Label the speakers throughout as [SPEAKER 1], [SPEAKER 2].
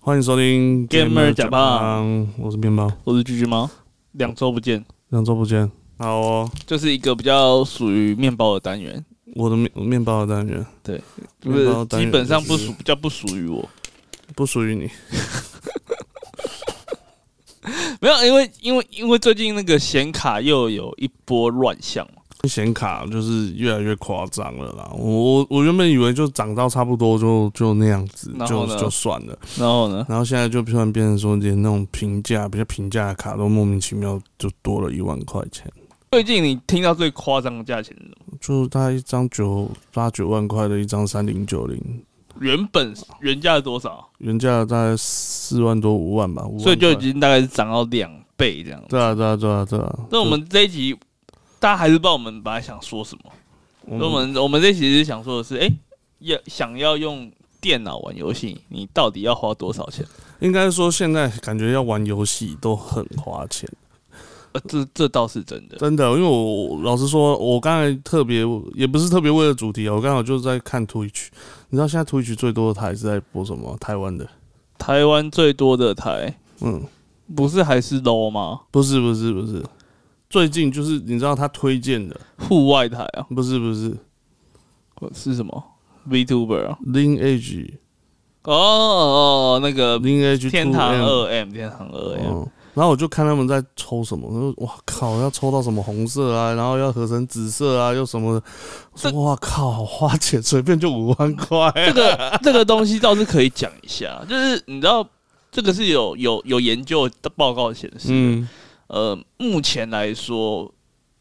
[SPEAKER 1] 欢迎收听
[SPEAKER 2] Gamer
[SPEAKER 1] 甲
[SPEAKER 2] 甲棒，
[SPEAKER 1] 我是面包，
[SPEAKER 2] 我是居居猫，两周不见，
[SPEAKER 1] 两周不见。好哦，
[SPEAKER 2] 这是一个比较属于面包的单元，
[SPEAKER 1] 我的面面包的单元
[SPEAKER 2] 就
[SPEAKER 1] 面包
[SPEAKER 2] 是
[SPEAKER 1] 单元
[SPEAKER 2] 基本上不
[SPEAKER 1] 就
[SPEAKER 2] 属，比较不属于我。
[SPEAKER 1] 不属于你，
[SPEAKER 2] 没有，因为因为因为最近那个显卡又有一波乱象嘛，
[SPEAKER 1] 显卡就是越来越夸张了啦。我我我原本以为就涨到差不多就就那样子，
[SPEAKER 2] 然
[SPEAKER 1] 就
[SPEAKER 2] 后呢
[SPEAKER 1] 就算了。
[SPEAKER 2] 然后呢，
[SPEAKER 1] 然后现在就突然变成说，连那种平价比较平价的卡都莫名其妙就多了一万块钱，
[SPEAKER 2] 最近你听到最夸张的价钱是什么？
[SPEAKER 1] 就大概一张九八九万块的一张三零九零。
[SPEAKER 2] 原本原价是多少？
[SPEAKER 1] 原价大概四万多五万吧，5万
[SPEAKER 2] 所以就已
[SPEAKER 1] 块
[SPEAKER 2] 经大概是涨到两倍这样子。
[SPEAKER 1] 对啊对啊对啊对啊。
[SPEAKER 2] 那我们这一集，大家还是不知道我们本来想说什么。
[SPEAKER 1] 我
[SPEAKER 2] 所以我们我们这其实想说的是，哎、要想要用电脑玩游戏，你到底要花多少钱？
[SPEAKER 1] 应该说，现在感觉要玩游戏都很花钱，
[SPEAKER 2] 呃，这这倒是真的。
[SPEAKER 1] 真的。因为我老实说，我刚才特别也不是特别为了主题啊，我刚好就是在看 Twitch。你知道现在 Twitch 最多的台是在播什么？台湾的，
[SPEAKER 2] 台湾最多的台
[SPEAKER 1] 嗯，
[SPEAKER 2] 不是还是 low 吗？
[SPEAKER 1] 不是不是不是，最近就是你知道他推荐的，
[SPEAKER 2] 户外台啊，
[SPEAKER 1] 不是不是
[SPEAKER 2] 呃是什么 VTuber 啊？
[SPEAKER 1] Lean Age
[SPEAKER 2] 哦哦，那个
[SPEAKER 1] Lean Age
[SPEAKER 2] 天堂
[SPEAKER 1] 2M
[SPEAKER 2] 二 M，天堂二 M，
[SPEAKER 1] 嗯，然后我就看他们在抽什么，我说哇靠，要抽到什么红色啊，然后要合成紫色啊，又什么的，我说
[SPEAKER 2] 这
[SPEAKER 1] 哇靠，好花钱，随便就五万块，
[SPEAKER 2] 这个啊这个东西倒是可以讲一下，就是你知道这个是有有有研究的报告显示，
[SPEAKER 1] 嗯
[SPEAKER 2] 呃，目前来说，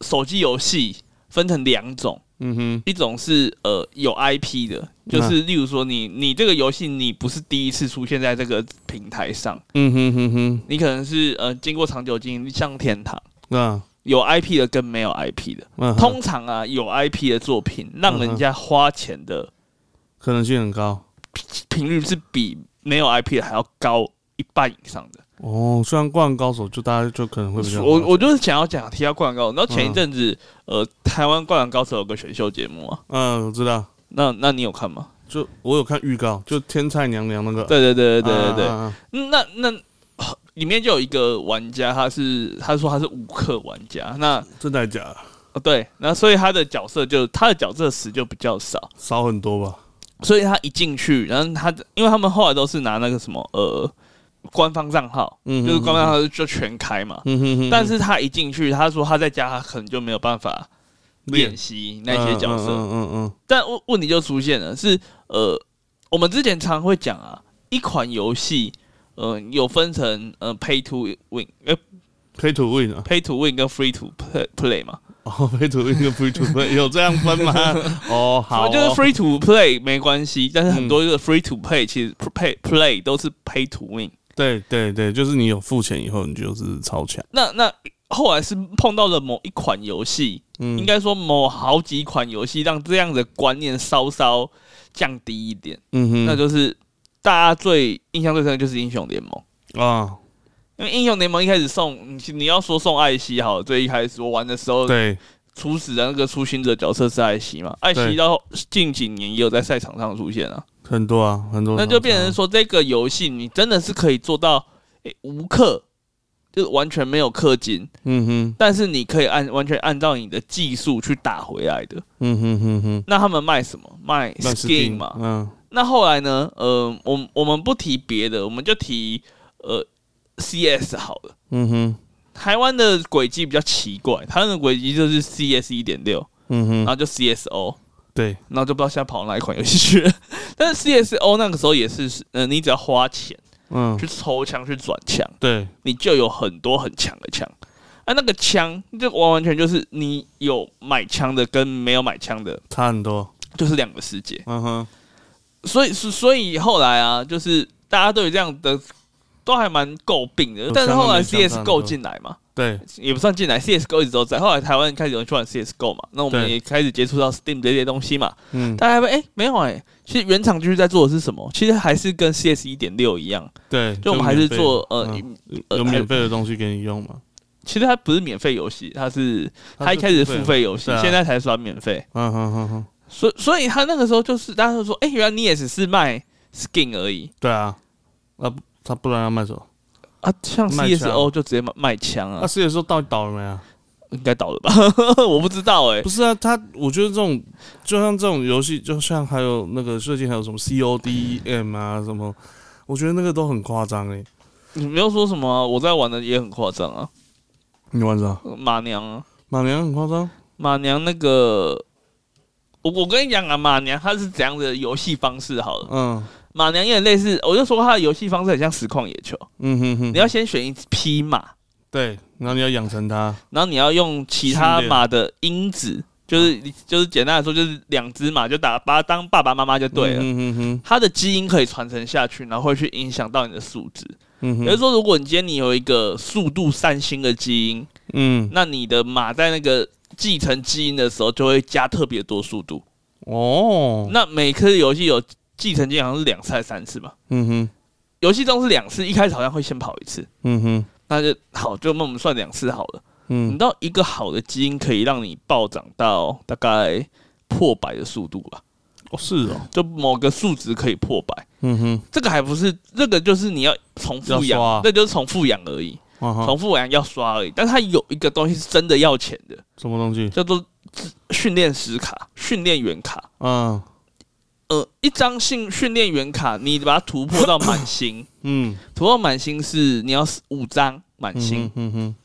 [SPEAKER 2] 手机游戏分成两种，
[SPEAKER 1] 嗯哼，
[SPEAKER 2] 一种是呃有 IP 的，
[SPEAKER 1] 嗯
[SPEAKER 2] 就是例如说你你这个游戏你不是第一次出现在这个平台上，
[SPEAKER 1] 嗯哼哼哼，
[SPEAKER 2] 你可能是呃经过长久经营，像天堂
[SPEAKER 1] 那
[SPEAKER 2] 有 IP 的跟没有 IP 的，
[SPEAKER 1] 啊嗯哼
[SPEAKER 2] 通常啊有 IP 的作品让人家花钱的
[SPEAKER 1] 可能性很高
[SPEAKER 2] 频率是比没有 IP 的还要高一半以上的。
[SPEAKER 1] 哦。虽然灌篮高手就大家就可能会比较
[SPEAKER 2] 我
[SPEAKER 1] 花
[SPEAKER 2] 我就是想要讲提到灌篮高手，然后前一阵子、呃台湾灌篮高手有个选秀节目啊，
[SPEAKER 1] 嗯，我知道，
[SPEAKER 2] 那那你有看吗？
[SPEAKER 1] 就我有看预告，就天菜娘娘那个，
[SPEAKER 2] 对对对对对对对。
[SPEAKER 1] 啊，啊
[SPEAKER 2] 那那呃里面就有一个玩家，他是他说他是五克玩家，那
[SPEAKER 1] 啊真的还假的？
[SPEAKER 2] 呃对，那所以他的角色就他的角色词就比较少，
[SPEAKER 1] 少很多吧？
[SPEAKER 2] 所以他一进去，然后他的因为他们后来都是拿那个什么呃官方账号，
[SPEAKER 1] 嗯
[SPEAKER 2] 就是官方账
[SPEAKER 1] 刚，
[SPEAKER 2] 号就全开嘛，
[SPEAKER 1] 嗯哼哼，
[SPEAKER 2] 但是他一进去，他说他在家他可能就没有办法练习那些角色，
[SPEAKER 1] 嗯嗯嗯
[SPEAKER 2] 但问问题就出现了，是呃，我们之前常会讲啊，一款游戏，呃，有分成呃 pay to win，呃
[SPEAKER 1] ，pay to win 啊。
[SPEAKER 2] pay to win 跟 free to play play 嘛，
[SPEAKER 1] 哦，free to win 跟 free to play 有这样分 吗？哦，好
[SPEAKER 2] 我
[SPEAKER 1] 哦，
[SPEAKER 2] 就是 free to play 没关系，但是
[SPEAKER 1] 嗯
[SPEAKER 2] 很多的 free to play 其实 play play 都是 pay to win。
[SPEAKER 1] 对对对，就是你有付钱以后，你就是超强。
[SPEAKER 2] 那那后来是碰到了某一款游戏，
[SPEAKER 1] 嗯，
[SPEAKER 2] 应该说某好几款游戏，让这样的观念稍稍降低一点，
[SPEAKER 1] 嗯哼，
[SPEAKER 2] 那就是大家最印象最深的就是英雄联盟。
[SPEAKER 1] 啊，
[SPEAKER 2] 因为英雄联盟一开始送你，你要说送艾希好了，最一开始我玩的时候，
[SPEAKER 1] 对，
[SPEAKER 2] 初始的那个初心者角色是艾希嘛，艾
[SPEAKER 1] 对
[SPEAKER 2] 希到近几年也有在赛场上出现啊，
[SPEAKER 1] 很多啊，很多。
[SPEAKER 2] 那就变成说这个游戏你真的是可以做到、诶无氪，就是完全没有氪金，
[SPEAKER 1] 嗯哼，
[SPEAKER 2] 但是你可以按完全按照你的技术去打回来的。
[SPEAKER 1] 嗯哼哼哼，
[SPEAKER 2] 那他们卖什么？卖
[SPEAKER 1] 那是定
[SPEAKER 2] skin 嘛，
[SPEAKER 1] 嗯
[SPEAKER 2] 那后来呢？呃，我我们不提别的，我们就提呃 CS 好了。
[SPEAKER 1] 嗯哼，
[SPEAKER 2] 台湾的轨迹比较奇怪，台湾的轨迹就是 CS 一点六，
[SPEAKER 1] 嗯
[SPEAKER 2] 然
[SPEAKER 1] 哼，
[SPEAKER 2] 后就 CSO，
[SPEAKER 1] 对，
[SPEAKER 2] 然后就不知道现在跑哪一款游戏去了。但是 CSO 那个时候也是，呃，你只要花钱
[SPEAKER 1] 嗯
[SPEAKER 2] 去，抽枪去转枪，
[SPEAKER 1] 对，
[SPEAKER 2] 你就有很多很强的枪。啊，那个枪就完完全就是你有买枪的跟没有买枪的，
[SPEAKER 1] 差很多。
[SPEAKER 2] 就是两个世界。
[SPEAKER 1] 嗯哼，
[SPEAKER 2] 所以是所以后来啊，就是大家对于这样的都还蛮诟病的
[SPEAKER 1] 有，
[SPEAKER 2] 但是后来
[SPEAKER 1] 枪都没枪
[SPEAKER 2] CS 购进来嘛，
[SPEAKER 1] 对，
[SPEAKER 2] 也不算进来，CSGO 一直都在。后来台湾开始有人去玩 CSGO 嘛，那我们
[SPEAKER 1] 对
[SPEAKER 2] 也开始接触到 Steam 这些东西嘛。
[SPEAKER 1] 嗯，
[SPEAKER 2] 大家会哎、诶没有哎、其实原厂就是在做的是什么？其实还是跟 CS 一点六一样，
[SPEAKER 1] 对，
[SPEAKER 2] 就我们还是做呃，
[SPEAKER 1] 免费
[SPEAKER 2] 一
[SPEAKER 1] 嗯
[SPEAKER 2] 呃
[SPEAKER 1] 有
[SPEAKER 2] 还
[SPEAKER 1] 免费的东西给你用嘛？
[SPEAKER 2] 其实它不是免费游戏，它是它一
[SPEAKER 1] 是
[SPEAKER 2] 开始是付
[SPEAKER 1] 的，
[SPEAKER 2] 费游戏
[SPEAKER 1] 对啊，
[SPEAKER 2] 现在才算免费。
[SPEAKER 1] 嗯哼哼哼，
[SPEAKER 2] 所所以他那个时候就是大家就说，哎、原来你也只是卖 skin 而已，
[SPEAKER 1] 对啊，啊，他不然要卖什么？
[SPEAKER 2] 啊，像
[SPEAKER 1] 卖枪
[SPEAKER 2] CSO 就直接卖卖枪
[SPEAKER 1] 那
[SPEAKER 2] 啊，
[SPEAKER 1] 是也说到底倒了没啊？
[SPEAKER 2] 应该倒了吧？ 我不知道哎、
[SPEAKER 1] 不是啊，他我觉得这种就像这种游戏，就像还有那个最近还有什么 CODM 啊什么，我觉得那个都很夸张哎。
[SPEAKER 2] 你没有说什么啊、我在玩的也很夸张啊，
[SPEAKER 1] 你玩啥？
[SPEAKER 2] 马娘啊，
[SPEAKER 1] 马娘很夸张，
[SPEAKER 2] 马娘那个，我我跟你讲啊，马娘它是怎样的游戏方式好了，
[SPEAKER 1] 嗯
[SPEAKER 2] 马娘也很类似，我就说它的游戏方式很像实况野球，
[SPEAKER 1] 嗯哼哼，
[SPEAKER 2] 你要先选一匹马，
[SPEAKER 1] 对，然后你要养成它，
[SPEAKER 2] 然后你要用其他
[SPEAKER 1] 训练
[SPEAKER 2] 马的因子，就是就是简单来说，就是两只马就打把它当爸爸妈妈就对啊了。
[SPEAKER 1] 嗯哼哼
[SPEAKER 2] 它的基因可以传承下去，然后会去影响到你的素质。
[SPEAKER 1] 嗯
[SPEAKER 2] 也
[SPEAKER 1] 哼，
[SPEAKER 2] 就是说，如果你今天你有一个速度善心的基因，
[SPEAKER 1] 嗯
[SPEAKER 2] 那你的马在那个继承基因的时候就会加特别多速度。
[SPEAKER 1] 哦，
[SPEAKER 2] 那每颗游戏有继承基因好像是两次还是三次吧？
[SPEAKER 1] 嗯哼
[SPEAKER 2] 游戏中是两次，一开始好像会先跑一次，
[SPEAKER 1] 嗯哼
[SPEAKER 2] 那就好，就那我们算两次好了。你
[SPEAKER 1] 嗯，
[SPEAKER 2] 到一个好的基因可以让你暴涨到大概破百的速度吧，
[SPEAKER 1] 哦是哦，
[SPEAKER 2] 就某个数值可以破百。
[SPEAKER 1] 嗯哼，
[SPEAKER 2] 这个还不是，这个就是你要重复
[SPEAKER 1] 要刷
[SPEAKER 2] 养
[SPEAKER 1] 啊，
[SPEAKER 2] 那就是重复养而已，
[SPEAKER 1] 啊哈，
[SPEAKER 2] 重复养要刷而已。但它有一个东西是真的要钱的，
[SPEAKER 1] 什么东西？
[SPEAKER 2] 叫做训练时卡、训练员卡。
[SPEAKER 1] 嗯
[SPEAKER 2] 呃，一张训训练员卡，你把它突破到满 星，
[SPEAKER 1] 嗯，
[SPEAKER 2] 突破满星是你要五张满
[SPEAKER 1] 嗯
[SPEAKER 2] 星，
[SPEAKER 1] 哼嗯哼，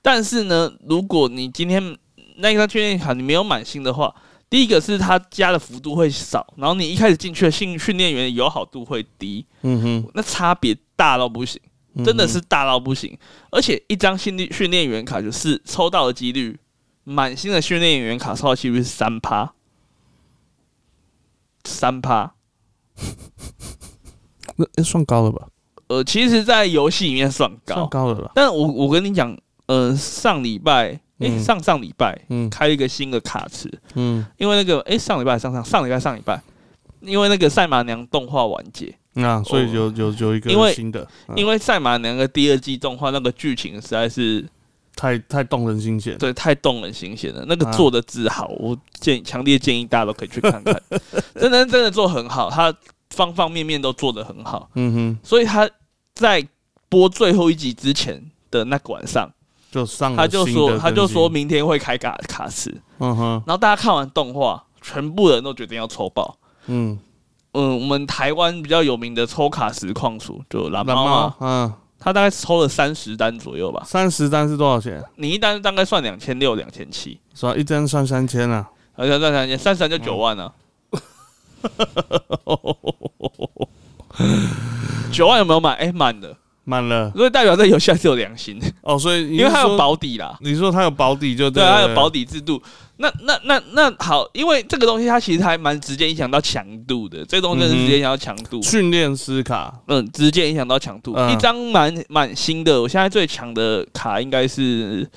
[SPEAKER 2] 但是呢，如果你今天那一张训练卡你没有满星的话，第一个是它加的幅度会少，然后你一开始进去的训训练员的友好度会低，
[SPEAKER 1] 嗯哼，
[SPEAKER 2] 那差别大到不行，真的
[SPEAKER 1] 嗯哼
[SPEAKER 2] 是大到不行。而且一张训练训练员卡就是抽到的几率，满星的训练员卡抽到的几率是三趴，三趴。
[SPEAKER 1] 那诶算高了吧？
[SPEAKER 2] 呃，其实，在游戏里面算
[SPEAKER 1] 算
[SPEAKER 2] 高，
[SPEAKER 1] 高了吧？
[SPEAKER 2] 但我我跟你讲，呃，上礼拜，诶、
[SPEAKER 1] 嗯
[SPEAKER 2] 上上礼拜
[SPEAKER 1] 嗯
[SPEAKER 2] 开了一个新的卡池，
[SPEAKER 1] 嗯
[SPEAKER 2] 因为那个诶，上礼拜上上上礼拜上礼拜，因为那个赛马娘动画完结，
[SPEAKER 1] 啊，所以有有有一
[SPEAKER 2] 哦因为
[SPEAKER 1] 个新的，嗯
[SPEAKER 2] 因为赛马娘的第二季动画那个剧情实在是
[SPEAKER 1] 太太动人心弦。
[SPEAKER 2] 对太动人心弦了，那个
[SPEAKER 1] 啊
[SPEAKER 2] 做的之好，我建强烈建议大家都可以去 看看，真的真的做很好，它方方面面都做得很好，
[SPEAKER 1] 嗯哼，
[SPEAKER 2] 所以他在播最后一集之前的那个晚上，
[SPEAKER 1] 就上了
[SPEAKER 2] 他就
[SPEAKER 1] 嗯新的
[SPEAKER 2] 说他就
[SPEAKER 1] 更新
[SPEAKER 2] 说，明天会开卡卡池，
[SPEAKER 1] 嗯哼，
[SPEAKER 2] 然后大家看完动画，全部人都决定要抽爆。
[SPEAKER 1] 嗯，
[SPEAKER 2] 嗯，我们台湾比较有名的抽卡实况组就蓝
[SPEAKER 1] 蓝
[SPEAKER 2] 猫啊，
[SPEAKER 1] 嗯，
[SPEAKER 2] 他大概抽了三十单左右吧。
[SPEAKER 1] 啊三十单是多少钱？
[SPEAKER 2] 你一单大概算两千六、两千七，
[SPEAKER 1] 是吧？一单算三千啊，
[SPEAKER 2] 而且算三千，三十单就九万啊。 九万有没有满？哎、满了，
[SPEAKER 1] 满了
[SPEAKER 2] 所以代表这游戏还是有良心，
[SPEAKER 1] 哦，所以
[SPEAKER 2] 因为它有
[SPEAKER 1] 保，
[SPEAKER 2] 保底啦。
[SPEAKER 1] 你说它有保底就
[SPEAKER 2] 对，
[SPEAKER 1] 了
[SPEAKER 2] 它有保底制度。那那那那好，因为这个东西它其实还蛮直接影响到强度的，这个东西真的是直接影响到强度。
[SPEAKER 1] 训练师卡，
[SPEAKER 2] 嗯，直接影响到强度。
[SPEAKER 1] 嗯
[SPEAKER 2] 一张满满星的，我现在最强的卡应该是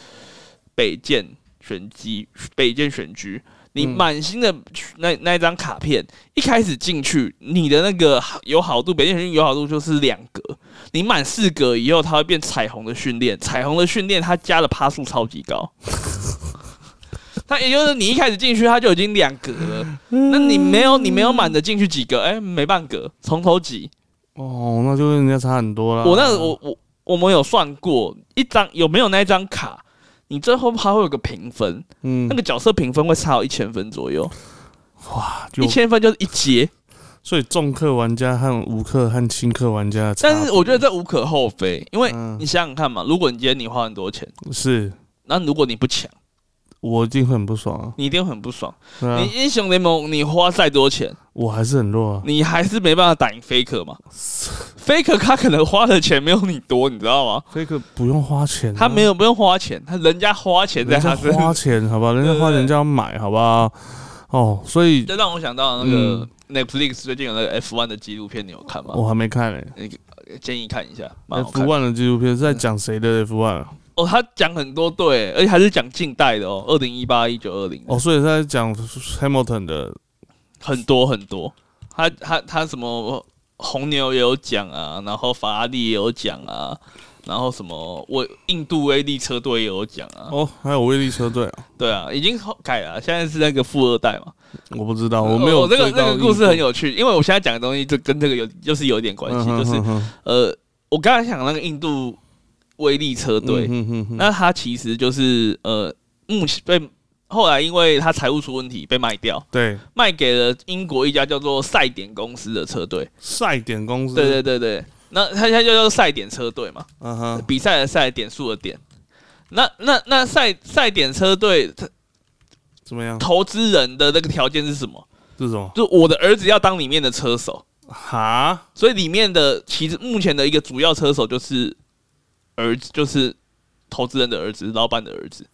[SPEAKER 2] 北剑玄机，北剑玄居。你
[SPEAKER 1] 嗯
[SPEAKER 2] 满星的那那一张卡片，一开始进去，你的那个友好度，北剑玄居友好度就是两格。你满四格以后，它会变彩虹的训练，彩虹的训练它加的趴数超级高。它也就是你一开始进去，它就已经两格了。那你没有你没有满的进去几格？哎、没半格，从头挤。
[SPEAKER 1] 哦，那就跟人家差很多了。
[SPEAKER 2] 我那我我我们有算过一张有没有那一张卡，你最后它会有个评分，
[SPEAKER 1] 嗯
[SPEAKER 2] 那，个角色评分会差到一千分左右，
[SPEAKER 1] 哇，就
[SPEAKER 2] 一千分就是一节，
[SPEAKER 1] 所以重氪玩家和无氪和轻氪玩家的差别，
[SPEAKER 2] 但是我觉得这无可厚非，因为
[SPEAKER 1] 嗯
[SPEAKER 2] 你想想看嘛，如果你今天你花很多钱，
[SPEAKER 1] 是
[SPEAKER 2] 那如果你不抢，
[SPEAKER 1] 我一定很不爽啊。
[SPEAKER 2] 你一定会很不爽。
[SPEAKER 1] 对啊
[SPEAKER 2] 你，英雄联盟你花再多钱，
[SPEAKER 1] 我还是很弱啊。
[SPEAKER 2] 你还是没办法打赢 Faker 嘛？Faker 他可能花的钱没有你多，你知道吗？
[SPEAKER 1] 这个不用花钱啊，
[SPEAKER 2] 他没有不用花钱，他人家花钱在
[SPEAKER 1] 人
[SPEAKER 2] 他
[SPEAKER 1] 家
[SPEAKER 2] 身上。
[SPEAKER 1] 花钱，好吧，人家花
[SPEAKER 2] 对对
[SPEAKER 1] 钱就要买，好不好？哦，所以
[SPEAKER 2] 这让我想到那个
[SPEAKER 1] 嗯
[SPEAKER 2] Netflix 最近有那个 F1 的纪录片，你有看吗？
[SPEAKER 1] 我还没看嘞、
[SPEAKER 2] 建议看一下，蛮好
[SPEAKER 1] F
[SPEAKER 2] 看。
[SPEAKER 1] One 的纪录片是在讲谁的 F One 啊？
[SPEAKER 2] 哦，他讲很多对，而且还是讲近代的哦，二零一八、一九、二零，
[SPEAKER 1] 哦，所以是在讲 Hamilton 的，
[SPEAKER 2] 很多很多。他他他什么红牛也有讲啊，然后法拉利也有讲啊，然后什么我印度威力车队也有讲啊，
[SPEAKER 1] 哦，还有威力车队啊，
[SPEAKER 2] 对啊，已经改了啊，现在是那个富二代嘛。
[SPEAKER 1] 我不知道，我没有
[SPEAKER 2] 哦这
[SPEAKER 1] 追
[SPEAKER 2] 个
[SPEAKER 1] 到
[SPEAKER 2] 那个故事很有趣，因为我现在讲的东西就跟这个有就是有点关系，就是
[SPEAKER 1] 嗯哼哼哼
[SPEAKER 2] 呃，我刚才讲那个印度威力车队，
[SPEAKER 1] 嗯哼哼哼
[SPEAKER 2] 那他其实就是呃，目前被后来因为他财务出问题被卖掉，
[SPEAKER 1] 对
[SPEAKER 2] 卖给了英国一家叫做赛点公司的车队。
[SPEAKER 1] 赛点公司，
[SPEAKER 2] 对对对对，那他现在就叫做赛点车队嘛，
[SPEAKER 1] 嗯哼，
[SPEAKER 2] 比赛的赛，点数的点。那那那赛赛点车队他
[SPEAKER 1] 怎么样？
[SPEAKER 2] 投资人的那个条件是什么？
[SPEAKER 1] 这种
[SPEAKER 2] 就我的儿子要当里面的车手，
[SPEAKER 1] 哈，
[SPEAKER 2] 所以里面的其实目前的一个主要车手就是儿子，就是投资人的儿子，老板的儿子。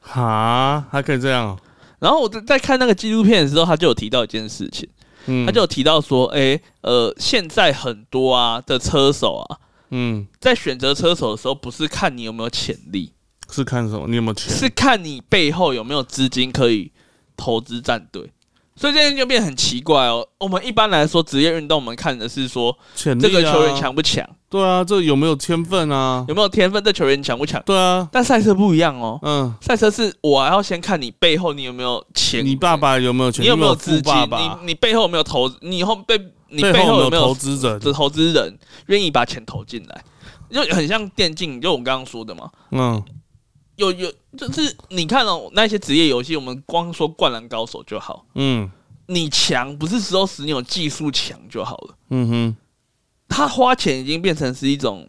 [SPEAKER 1] 哈，还可以这样哦，
[SPEAKER 2] 然后我在在看那个纪录片的时候，他就有提到一件事情，
[SPEAKER 1] 嗯，
[SPEAKER 2] 他就有提到说，诶，呃，现在很多啊的车手啊，
[SPEAKER 1] 嗯，
[SPEAKER 2] 在选择车手的时候，不是看你有没有潜力，
[SPEAKER 1] 是看什么？你有没有啊钱？
[SPEAKER 2] 是看你背后有没有资金可以投资战队。所以这件事就变得很奇怪哦。我们一般来说，职业运动我们看的是说
[SPEAKER 1] 潜力、
[SPEAKER 2] 这
[SPEAKER 1] 啊、
[SPEAKER 2] 个球员，强不强，
[SPEAKER 1] 对啊，这有没有天分啊？
[SPEAKER 2] 有没有天分，这球员强不强。
[SPEAKER 1] 对啊，
[SPEAKER 2] 但赛车不一样哦，
[SPEAKER 1] 嗯，
[SPEAKER 2] 赛车是我还要先看你背后你有没有钱，
[SPEAKER 1] 你爸爸有没有钱？
[SPEAKER 2] 你有没有
[SPEAKER 1] 富
[SPEAKER 2] 资金？
[SPEAKER 1] 爸爸
[SPEAKER 2] 你你背后有没有投？你以后背你
[SPEAKER 1] 背
[SPEAKER 2] 背后
[SPEAKER 1] 有
[SPEAKER 2] 没
[SPEAKER 1] 投
[SPEAKER 2] 有
[SPEAKER 1] 资人？
[SPEAKER 2] 的投资人愿意把钱投进来？就很像电竞，就我刚刚说的嘛。
[SPEAKER 1] 嗯，
[SPEAKER 2] 有有，就是你看哦，那些职业游戏，我们光说《灌篮高手》就好，
[SPEAKER 1] 嗯
[SPEAKER 2] 你强不是说使你有技术强就好了，
[SPEAKER 1] 嗯哼，
[SPEAKER 2] 他花钱已经变成是一种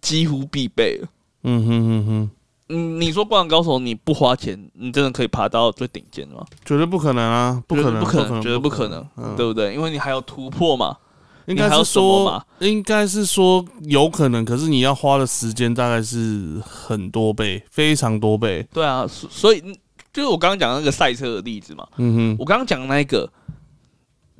[SPEAKER 2] 几乎必备了。
[SPEAKER 1] 嗯哼哼哼，
[SPEAKER 2] 嗯，你说《灌篮高手》你不花钱，你真的可以爬到最顶尖吗？
[SPEAKER 1] 绝对不可能啊，不可能，
[SPEAKER 2] 不可能，绝对不
[SPEAKER 1] 不可
[SPEAKER 2] 可能，
[SPEAKER 1] 嗯
[SPEAKER 2] 对不对？因为你还有突破嘛。
[SPEAKER 1] 应该
[SPEAKER 2] 你还有
[SPEAKER 1] 是
[SPEAKER 2] 什么
[SPEAKER 1] 说
[SPEAKER 2] 吗，
[SPEAKER 1] 应该是说有可能，可是你要花的时间大概是很多倍，非常多倍。
[SPEAKER 2] 对啊，所所以就是我刚刚讲的那个赛车的例子嘛，
[SPEAKER 1] 嗯哼，
[SPEAKER 2] 我刚刚讲的那个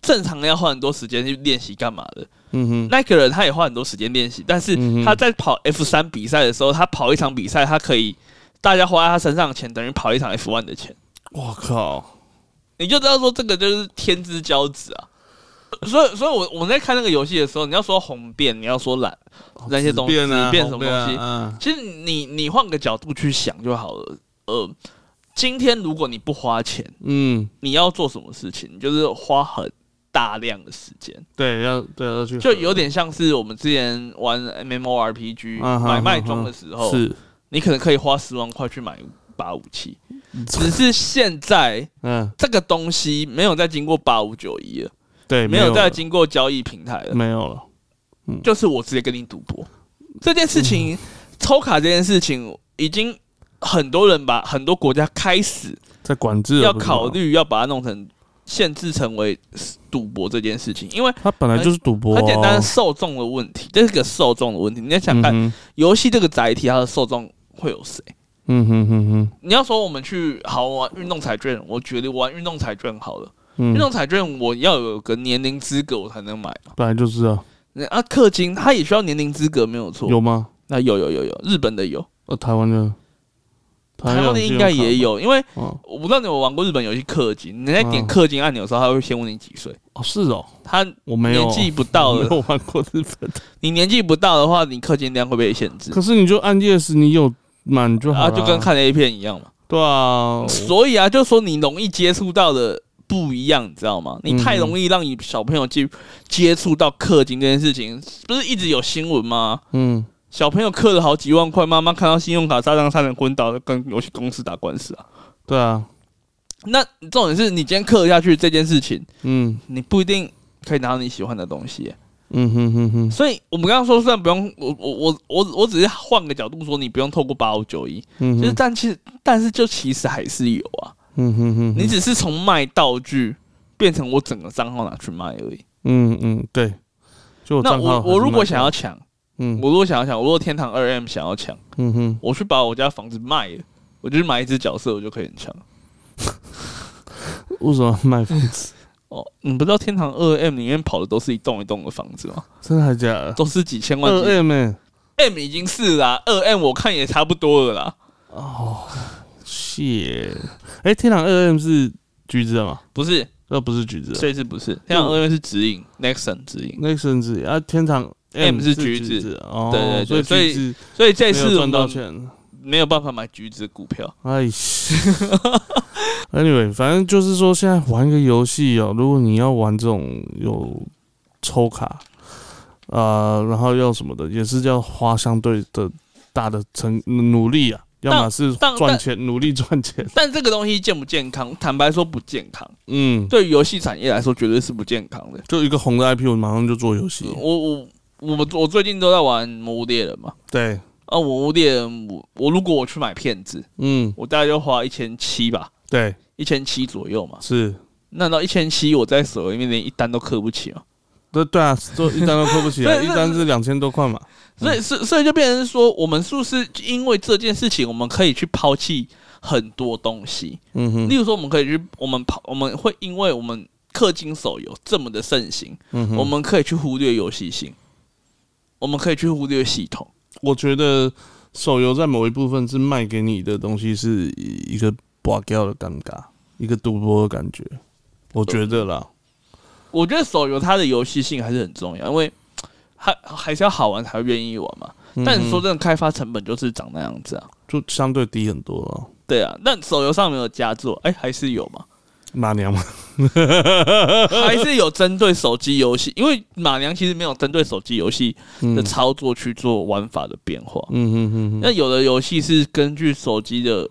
[SPEAKER 2] 正常人要花很多时间去练习干嘛的，
[SPEAKER 1] 嗯哼，
[SPEAKER 2] 那个人他也花很多时间练习，但是
[SPEAKER 1] 嗯哼
[SPEAKER 2] 他在跑 F 三比赛的时候，他跑一场比赛，他可以大家花在他身上的钱等于跑一场 F one 的钱，
[SPEAKER 1] 我靠，
[SPEAKER 2] 你就知道说这个就是天之骄子啊。所以，所以我我们在看那个游戏的时候，你要说红变，你要说蓝，那些东西
[SPEAKER 1] 变啊，
[SPEAKER 2] 变什
[SPEAKER 1] 红
[SPEAKER 2] 么东西
[SPEAKER 1] 啊嗯
[SPEAKER 2] 其实你你换个角度去想就好了。呃，今天如果你不花钱，
[SPEAKER 1] 嗯，
[SPEAKER 2] 你要做什么事情？你就是花很大量的时间，
[SPEAKER 1] 对，要对要去
[SPEAKER 2] 就有点像是我们之前玩 MMORPG
[SPEAKER 1] 嗯哼嗯
[SPEAKER 2] 买卖装的时候，
[SPEAKER 1] 是，
[SPEAKER 2] 你可能可以花十万块去买一把武器，只是现在
[SPEAKER 1] 嗯，
[SPEAKER 2] 这个东西没有再经过八五九一了，
[SPEAKER 1] 对，
[SPEAKER 2] 没
[SPEAKER 1] 有
[SPEAKER 2] 有再
[SPEAKER 1] 了
[SPEAKER 2] 经过交易平台了，
[SPEAKER 1] 没有了，
[SPEAKER 2] 就是我直接跟你赌博。这件
[SPEAKER 1] 嗯
[SPEAKER 2] 事情，抽卡这件事情，已经很多人把很多国家开始
[SPEAKER 1] 在管制了
[SPEAKER 2] 要
[SPEAKER 1] 不是啊
[SPEAKER 2] 考
[SPEAKER 1] 吗，
[SPEAKER 2] 虑要把它弄成限制成为赌博这件事情，因为
[SPEAKER 1] 它本来就是赌博哦，
[SPEAKER 2] 很简单，受众的问题，这是个受众的问题。你要想看
[SPEAKER 1] 嗯哼
[SPEAKER 2] 游戏这个载体，它的受众会有谁？
[SPEAKER 1] 嗯哼哼哼，
[SPEAKER 2] 你要说我们去好玩运动彩券，我觉得玩运动彩券好了。
[SPEAKER 1] 嗯
[SPEAKER 2] 运动彩券我要有个年龄资格我才能买嘛。
[SPEAKER 1] 本来就是啊，
[SPEAKER 2] 那啊，氪金它也需要年龄资格，没有错。
[SPEAKER 1] 有吗？
[SPEAKER 2] 那有有有有，日本的有，
[SPEAKER 1] 呃，台湾的，
[SPEAKER 2] 台
[SPEAKER 1] 哎
[SPEAKER 2] 湾的应该也
[SPEAKER 1] 有哦
[SPEAKER 2] 有，因为
[SPEAKER 1] 信用卡吗，
[SPEAKER 2] 我不知道你有玩过日本游戏氪金，你在点
[SPEAKER 1] 嗯
[SPEAKER 2] 氪金按钮的时候，它会先问你几岁。
[SPEAKER 1] 哦，是哦，
[SPEAKER 2] 它
[SPEAKER 1] 我没有
[SPEAKER 2] 年纪不到
[SPEAKER 1] 我没
[SPEAKER 2] 的，
[SPEAKER 1] 有玩过日本的，
[SPEAKER 2] 你年纪不到的话，你氪金量会被限制
[SPEAKER 1] 可是你就按 yes，你有满就好
[SPEAKER 2] 啊，
[SPEAKER 1] 了
[SPEAKER 2] 就跟看 A 片一样嘛。
[SPEAKER 1] 对啊，
[SPEAKER 2] 所以啊，就说你容易接触到的不一样，你知道吗？你
[SPEAKER 1] 嗯
[SPEAKER 2] 太容易让你小朋友去接触到氪金这件事情，不是一直有新闻吗？
[SPEAKER 1] 嗯，
[SPEAKER 2] 小朋友氪了好几万块，妈妈看到信用卡诈账差点昏倒，跟游戏公司打官司啊。
[SPEAKER 1] 对啊，
[SPEAKER 2] 那重点是你今天氪下去这件事情，
[SPEAKER 1] 嗯
[SPEAKER 2] 你不一定可以拿到你喜欢的东西。
[SPEAKER 1] 嗯哼哼哼，
[SPEAKER 2] 所以我们刚刚说，虽然不用我我我我我只是换个角度说，你不用透过八五九一，
[SPEAKER 1] 嗯
[SPEAKER 2] 就是
[SPEAKER 1] 哼
[SPEAKER 2] 但其实但是就其实还是有啊。
[SPEAKER 1] 嗯哼哼，
[SPEAKER 2] 你只是从卖道具变成我整个账号拿去卖而已。
[SPEAKER 1] 嗯嗯对，就
[SPEAKER 2] 那
[SPEAKER 1] 账号
[SPEAKER 2] 我
[SPEAKER 1] 还是
[SPEAKER 2] 我如果
[SPEAKER 1] 蛮
[SPEAKER 2] 想要抢，
[SPEAKER 1] 嗯
[SPEAKER 2] 我如果想要抢，我如果天堂二 M 想要抢，
[SPEAKER 1] 嗯哼，
[SPEAKER 2] 我去把我家房子卖了，我就是买一只角色，我就可以很强。
[SPEAKER 1] 为什么要卖房子？
[SPEAKER 2] 哦，你不知道天堂二 M 里面跑的都是一栋一栋的房子吗？
[SPEAKER 1] 真的还假的？
[SPEAKER 2] 都是几千万
[SPEAKER 1] 二
[SPEAKER 2] 几
[SPEAKER 1] M 欸
[SPEAKER 2] M 已经是啦，二 M 我看也差不多了啦。
[SPEAKER 1] 哦，谢，哎，天堂二 M 是橘子的吗？
[SPEAKER 2] 不是，
[SPEAKER 1] 那不是啊橘子的，
[SPEAKER 2] 这次不是天堂二 M 是指引，Nexon 指引。
[SPEAKER 1] 那甚至啊，天堂
[SPEAKER 2] M 是橘子
[SPEAKER 1] 橘子哦，
[SPEAKER 2] 对对对
[SPEAKER 1] 所以橘子
[SPEAKER 2] 所以这
[SPEAKER 1] 没
[SPEAKER 2] 次
[SPEAKER 1] 有
[SPEAKER 2] 我
[SPEAKER 1] 赚到
[SPEAKER 2] 们
[SPEAKER 1] 钱。
[SPEAKER 2] 没有办法买橘子股票。
[SPEAKER 1] 哎，anyway，反正就是说，现在玩一个游戏哦，如果你要玩这种有抽卡，呃，然后要什么的，也是要花相对的大的成努力啊，要么是
[SPEAKER 2] 但
[SPEAKER 1] 赚钱，努力赚 钱，
[SPEAKER 2] 但这个东西健不健康？坦白说不健康，
[SPEAKER 1] 嗯，
[SPEAKER 2] 对于游戏产业来说绝对是不健康的。
[SPEAKER 1] 就一个红的 IP，我马上就做游戏，
[SPEAKER 2] 我我我我最近都在玩《魔物猎人》嘛，
[SPEAKER 1] 对，
[SPEAKER 2] 啊，《魔物猎人》我我如果我去买片子，
[SPEAKER 1] 嗯，
[SPEAKER 2] 我大概就花一千七吧，
[SPEAKER 1] 对，
[SPEAKER 2] 一千七左右嘛。
[SPEAKER 1] 是，
[SPEAKER 2] 那到一千七，我在手里面连一单都刻不起嘛。
[SPEAKER 1] 对对啊，做一单都扣不起来，
[SPEAKER 2] 对
[SPEAKER 1] 一单是两千多块嘛，
[SPEAKER 2] 所以，所以所以就变成说，我们是不是因为这件事情，我们可以去抛弃很多东西？
[SPEAKER 1] 嗯哼，
[SPEAKER 2] 例如说，我们可以去，我们抛，我们会因为我们氪金手游这么的盛行，
[SPEAKER 1] 嗯哼，
[SPEAKER 2] 我们可以去忽略游戏性，我们可以去忽略系统。
[SPEAKER 1] 我觉得手游在某一部分是卖给你的东西是一个拔掉的尴尬，一个赌博的感觉，我觉得啦，
[SPEAKER 2] 我觉得手游它的游戏性还是很重要，因为还还是要好玩才会愿意玩嘛。但
[SPEAKER 1] 嗯
[SPEAKER 2] 你
[SPEAKER 1] 哼
[SPEAKER 2] 说真的，开发成本就是长那样子啊。
[SPEAKER 1] 就相对低很多了。
[SPEAKER 2] 对啊，但手游上没有佳作，哎、还是有嘛，
[SPEAKER 1] 马娘嘛，
[SPEAKER 2] 还是有针对手机游戏，因为马娘其实没有针对手机游戏
[SPEAKER 1] 嗯
[SPEAKER 2] 的操作去做玩法的变化。
[SPEAKER 1] 嗯哼哼
[SPEAKER 2] 那
[SPEAKER 1] 哼，
[SPEAKER 2] 有的游戏是根据手机的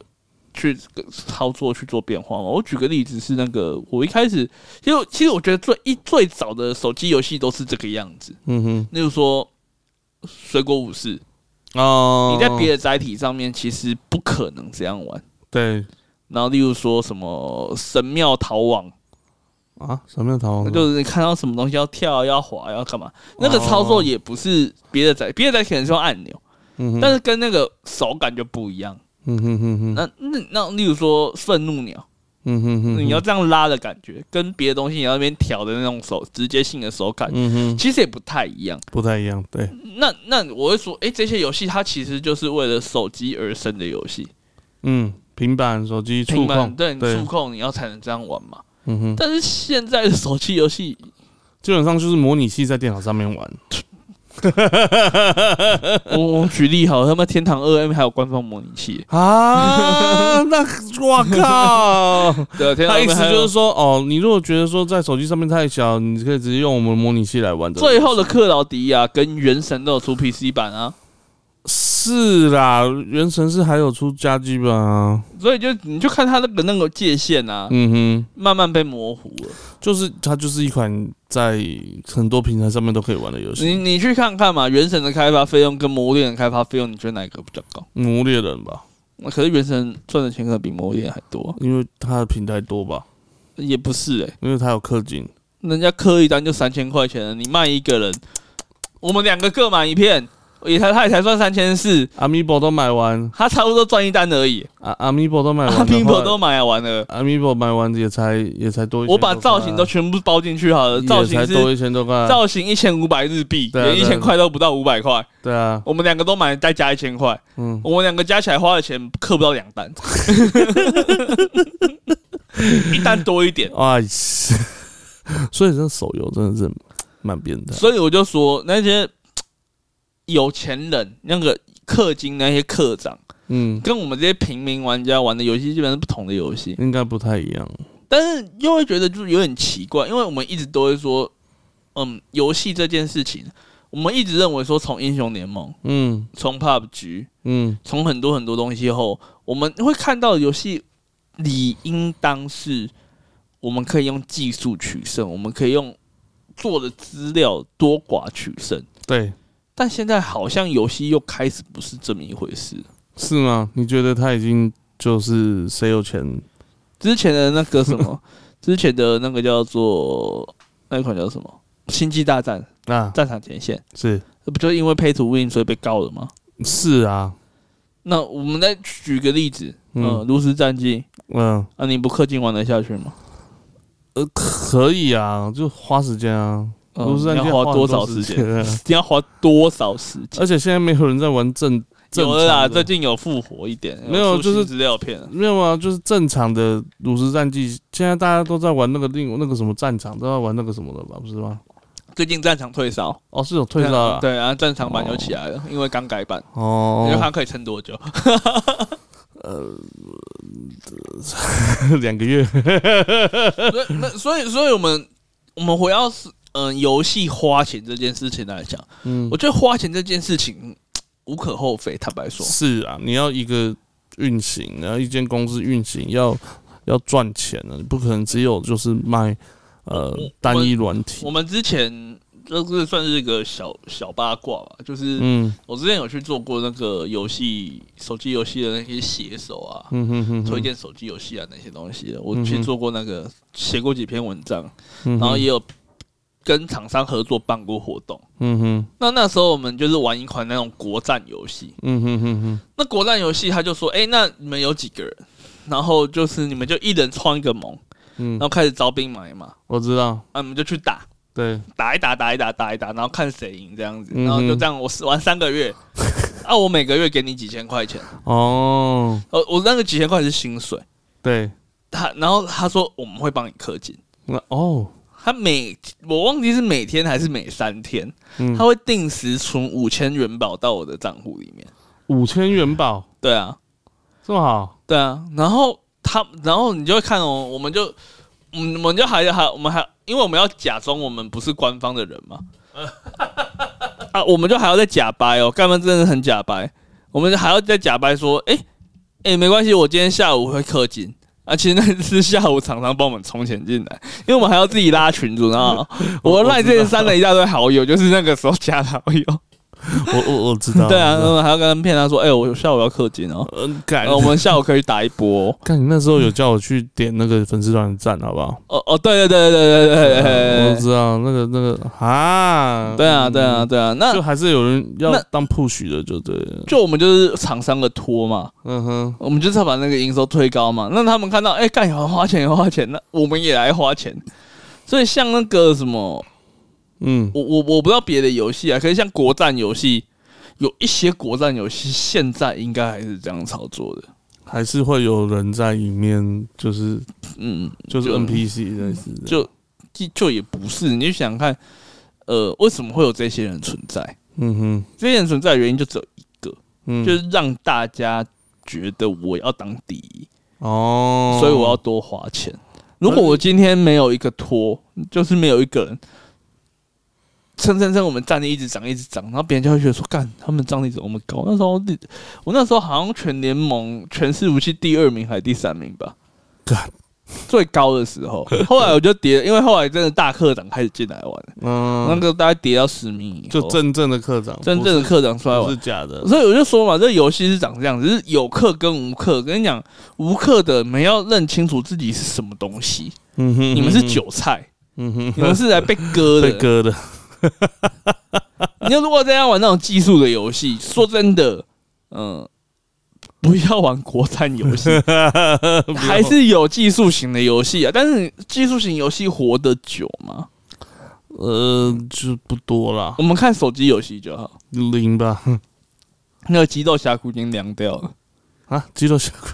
[SPEAKER 2] 去操作去做变化嘛？我举个例子是那个，我一开始其实其实我觉得最一最早的手机游戏都是这个样子，
[SPEAKER 1] 嗯哼，
[SPEAKER 2] 例如说。水果武士，
[SPEAKER 1] 哦，
[SPEAKER 2] 你在别的载体上面其实不可能这样玩。
[SPEAKER 1] 对
[SPEAKER 2] 然后，例如说什么神庙逃亡，
[SPEAKER 1] 啊，什么样逃亡？
[SPEAKER 2] 就是你看到什么东西要跳、要滑、要干嘛，那个操作也不是别的载，别的载可能是用按钮，
[SPEAKER 1] 嗯哼，
[SPEAKER 2] 但是跟那个手感就不一样。
[SPEAKER 1] 嗯哼哼哼，
[SPEAKER 2] 那那那，例如说愤怒鸟，
[SPEAKER 1] 嗯哼哼，
[SPEAKER 2] 你要这样拉的感觉，跟别的东西你要那边挑的那种手直接性的手感，
[SPEAKER 1] 嗯哼，
[SPEAKER 2] 其实也不太一样。
[SPEAKER 1] 不太一样，对，
[SPEAKER 2] 那那我会说，诶，这些游戏它其实就是为了手机而生的游戏，
[SPEAKER 1] 嗯，平板、手机、触
[SPEAKER 2] 平板
[SPEAKER 1] 控，
[SPEAKER 2] 对你
[SPEAKER 1] 对
[SPEAKER 2] 触控你要才能这样玩嘛。
[SPEAKER 1] 嗯哼，
[SPEAKER 2] 但是现在的手机游戏
[SPEAKER 1] 基本上就是模拟器在电脑上面玩，
[SPEAKER 2] 我我举例好了，他们《天堂二 M》还有官方模拟器，
[SPEAKER 1] 啊，那我靠！
[SPEAKER 2] 对，天堂
[SPEAKER 1] 他
[SPEAKER 2] 2
[SPEAKER 1] 意思
[SPEAKER 2] M 还有
[SPEAKER 1] 就是说，哦，你如果觉得说在手机上面太小，你可以直接用我们的模拟器来玩的。
[SPEAKER 2] 最后的克劳迪亚跟《原神》都有出 PC 版啊，
[SPEAKER 1] 是啦，原神是还有出家机版啊，
[SPEAKER 2] 所以就你就看它那个那个界限啊，
[SPEAKER 1] 嗯
[SPEAKER 2] 慢慢被模糊了。
[SPEAKER 1] 哼，就是它就是一款在很多平台上面都可以玩的游
[SPEAKER 2] 你
[SPEAKER 1] 戏，
[SPEAKER 2] 你去看看嘛，《原神》的开发费用跟《魔物猎人》的开发费用，你觉得哪一个比较高？
[SPEAKER 1] 魔猎人吧，
[SPEAKER 2] 那可是《原神》赚的钱可能比《魔物猎人》还多啊、
[SPEAKER 1] 因为它的平台多吧，
[SPEAKER 2] 也不是诶、
[SPEAKER 1] 因为它有氪金，
[SPEAKER 2] 人家氪一单就三千块钱，你卖一个人，我们两个各买一片，也才他也才赚三千四，
[SPEAKER 1] 阿米宝都买完，
[SPEAKER 2] 他差不多赚一单而已，
[SPEAKER 1] 阿阿米宝都买完
[SPEAKER 2] 他
[SPEAKER 1] 哎的话，
[SPEAKER 2] 拼搏都买完了。
[SPEAKER 1] 阿米宝买完也才也才多一千
[SPEAKER 2] 我
[SPEAKER 1] 多块啊，
[SPEAKER 2] 把造型都全部包进去好了，造型
[SPEAKER 1] 也才
[SPEAKER 2] 是
[SPEAKER 1] 多一千多块啊，
[SPEAKER 2] 造型一千五百日币，
[SPEAKER 1] 对啊
[SPEAKER 2] 连一
[SPEAKER 1] 对啊
[SPEAKER 2] 千块都不到五百块。
[SPEAKER 1] 对啊，
[SPEAKER 2] 我们两个都买，再加一千块，
[SPEAKER 1] 嗯，
[SPEAKER 2] 我们两个加起来花的钱克不到两单，一单多一点。
[SPEAKER 1] 哎， 所以这手游真的是蛮变态。
[SPEAKER 2] 所以我就说那些有钱人那个氪金那些氪长，
[SPEAKER 1] 嗯，
[SPEAKER 2] 跟我们这些平民玩家玩的游戏基本上是不同的游戏，
[SPEAKER 1] 应该不太一样。
[SPEAKER 2] 但是又会觉得就是有点奇怪，因为我们一直都会说，嗯，游戏这件事情，我们一直认为说从英雄联盟、
[SPEAKER 1] 嗯
[SPEAKER 2] 从 PUBG、
[SPEAKER 1] 嗯
[SPEAKER 2] 从很多很多东西后，我们会看到游戏理应当是我们可以用技术取胜，我们可以用做的资料多寡取胜。
[SPEAKER 1] 对，
[SPEAKER 2] 但现在好像游戏又开始不是这么一回事。
[SPEAKER 1] 是吗？你觉得他已经就是谁有钱？
[SPEAKER 2] 之前的那个什么，之前的那个叫做那一款叫什么《星际大战：
[SPEAKER 1] 啊，
[SPEAKER 2] 战场前线》，
[SPEAKER 1] 是
[SPEAKER 2] 不就因为 pay to win 所以被告了吗？
[SPEAKER 1] 是啊，
[SPEAKER 2] 那我们再举个例子，
[SPEAKER 1] 嗯
[SPEAKER 2] 嗯，炉石战记
[SPEAKER 1] 嗯，
[SPEAKER 2] 啊，你不氪金玩得下去吗？
[SPEAKER 1] 呃，可以啊，就花时间啊，
[SPEAKER 2] 嗯
[SPEAKER 1] 不是
[SPEAKER 2] 你要花多少时间？
[SPEAKER 1] 啊？
[SPEAKER 2] 你要花多少时间？
[SPEAKER 1] 而且现在没有人在玩正，正
[SPEAKER 2] 呃有了啦，
[SPEAKER 1] 常的
[SPEAKER 2] 最近有复活一点，
[SPEAKER 1] 没有
[SPEAKER 2] 出新
[SPEAKER 1] 就是
[SPEAKER 2] 资料片了。
[SPEAKER 1] 没有啊，就是正常的炉石战记，现在大家都在玩那个另那个什么战场，都在玩那个什么的吧，不是吗？
[SPEAKER 2] 最近战场退烧，
[SPEAKER 1] 哦，是有退烧了啊，
[SPEAKER 2] 对啊，战场版又起来了，因为刚改版，
[SPEAKER 1] 哦
[SPEAKER 2] 你就，看可以撑多久。
[SPEAKER 1] 两个月，
[SPEAKER 2] 所以，那所以，所以我们我们回到是嗯游戏花钱这件事情来讲，
[SPEAKER 1] 嗯
[SPEAKER 2] 我，觉得花钱这件事情无可厚非。坦白说，
[SPEAKER 1] 是啊，你要一个运行，然后一间公司运行要要赚钱啊，你不可能只有就是卖呃
[SPEAKER 2] 我
[SPEAKER 1] 单一软体
[SPEAKER 2] 我。们之前就是算是一个小小八卦吧，就是
[SPEAKER 1] 嗯
[SPEAKER 2] 我之前有去做过那个游戏手机游戏的那些写手啊，
[SPEAKER 1] 嗯哼哼哼，
[SPEAKER 2] 推荐手机游戏啊那些东西的，我
[SPEAKER 1] 嗯哼
[SPEAKER 2] 去做过那个写过几篇文章，
[SPEAKER 1] 嗯哼，
[SPEAKER 2] 然后也有跟厂商合作办过活动。
[SPEAKER 1] 嗯哼
[SPEAKER 2] 那那时候我们就是玩一款那种国战游戏，
[SPEAKER 1] 嗯哼哼哼，
[SPEAKER 2] 那国战游戏他就说，哎、那你们有几个人？然后就是你们就一人创一个盟，然
[SPEAKER 1] 嗯，
[SPEAKER 2] 后开始招兵买马，
[SPEAKER 1] 我知道，
[SPEAKER 2] 啊，你们就去打，
[SPEAKER 1] 对，
[SPEAKER 2] 打一打，打一打，打一打，然后看谁赢这样子，
[SPEAKER 1] 嗯哼
[SPEAKER 2] 然后就这样，我玩三个月，啊，我每个月给你几千块钱，
[SPEAKER 1] 哦，
[SPEAKER 2] 呃，我那个几千块是薪水，
[SPEAKER 1] 对，
[SPEAKER 2] 他然后他说我们会帮你氪金，
[SPEAKER 1] 那哦，
[SPEAKER 2] 他每我忘记是每天还是每三天，
[SPEAKER 1] 嗯
[SPEAKER 2] 他，会定时存五千元宝到我的账户里面，
[SPEAKER 1] 五千元宝
[SPEAKER 2] 对啊，
[SPEAKER 1] 这么好，
[SPEAKER 2] 对啊，然后他然后你就会看哦，我们就嗯，我们就还还我们还因为我们要假装我们不是官方的人 嘛，啊，我们就还要再假掰哦，干嘛真的很假掰，我们还要再假掰说，哎、哎、没关系，我今天下午会氪金。啊，其实那是下午厂商帮我们充钱进来，因为我们还要自己拉群主，然后 我赖这删了一大堆好友，就是那个时候加的好友。
[SPEAKER 1] 我我我知道，
[SPEAKER 2] 对啊，
[SPEAKER 1] 我
[SPEAKER 2] 然
[SPEAKER 1] 知道
[SPEAKER 2] 后还要跟他们骗他说，哎、我下午要氪金哦，
[SPEAKER 1] 嗯，感
[SPEAKER 2] 呃我们下午可以打一波、哦。
[SPEAKER 1] 看你那时候有叫我去点那个粉丝团的赞，好不 好？
[SPEAKER 2] 哦哦，对对对对对对
[SPEAKER 1] 啊我
[SPEAKER 2] 对
[SPEAKER 1] 都知道那个那个呃啊，
[SPEAKER 2] 对啊对啊
[SPEAKER 1] 嗯，
[SPEAKER 2] 对啊，
[SPEAKER 1] 就
[SPEAKER 2] 那
[SPEAKER 1] 还是有人要
[SPEAKER 2] 那
[SPEAKER 1] 当 push 的，就对了，
[SPEAKER 2] 就我们就是厂商的托嘛，
[SPEAKER 1] 嗯哼，
[SPEAKER 2] 我们就是要把那个营收推高嘛。那他们看到，哎，干有人花钱有人花钱，那我们也来花钱。所以像那个什么，
[SPEAKER 1] 嗯，
[SPEAKER 2] 我我我不知道别的游戏啊，可是像国战游戏，有一些国战游戏现在应该还是这样操作的。
[SPEAKER 1] 还是会有人在里面，就是
[SPEAKER 2] 嗯，
[SPEAKER 1] 就是
[SPEAKER 2] 就
[SPEAKER 1] NPC 类似的，
[SPEAKER 2] 就就就也不是，你就想想看，呃，为什么会有这些人存在？
[SPEAKER 1] 嗯哼，
[SPEAKER 2] 这些人存在的原因就只有一个，
[SPEAKER 1] 嗯，
[SPEAKER 2] 就是让大家觉得我要当第一，
[SPEAKER 1] 哦，
[SPEAKER 2] 所以我要多花钱。如果我今天没有一个托，就是没有一个人蹭蹭蹭，我们战力一直涨，一直涨，然后别人就会觉得说，干，他们战力怎么那么高？那时候我那时候好像全联盟全伺服器第二名还是第三名吧，
[SPEAKER 1] 干
[SPEAKER 2] 最高的 时候。后来我就跌，因为后来真的大课长开始进来玩，那
[SPEAKER 1] 嗯，
[SPEAKER 2] 个大概跌到十名以
[SPEAKER 1] 就
[SPEAKER 2] 后，
[SPEAKER 1] 真正的课长，
[SPEAKER 2] 真正的课长出来
[SPEAKER 1] 不
[SPEAKER 2] 玩
[SPEAKER 1] 是。假的，
[SPEAKER 2] 所以我就说嘛，这游戏是长这样，子，是有氪跟无氪。跟你讲，无氪的你们要认清楚自己是什么东西，
[SPEAKER 1] 嗯哼，
[SPEAKER 2] 你们是韭菜，
[SPEAKER 1] 嗯哼，嗯
[SPEAKER 2] 你
[SPEAKER 1] 哼，
[SPEAKER 2] 们是来被割
[SPEAKER 1] 被
[SPEAKER 2] 的。
[SPEAKER 1] 割的，
[SPEAKER 2] 你要如果真要玩那种技术的游戏，说真的，嗯，不要玩国产游 戏，还是有技术型的游戏啊。但是技术型游戏活得久吗？
[SPEAKER 1] 呃，就不多啦
[SPEAKER 2] 我，们看手机游戏就好。
[SPEAKER 1] 零吧，
[SPEAKER 2] 那个《极斗峡谷》已经凉掉了。
[SPEAKER 1] 啊，肌肉小鬼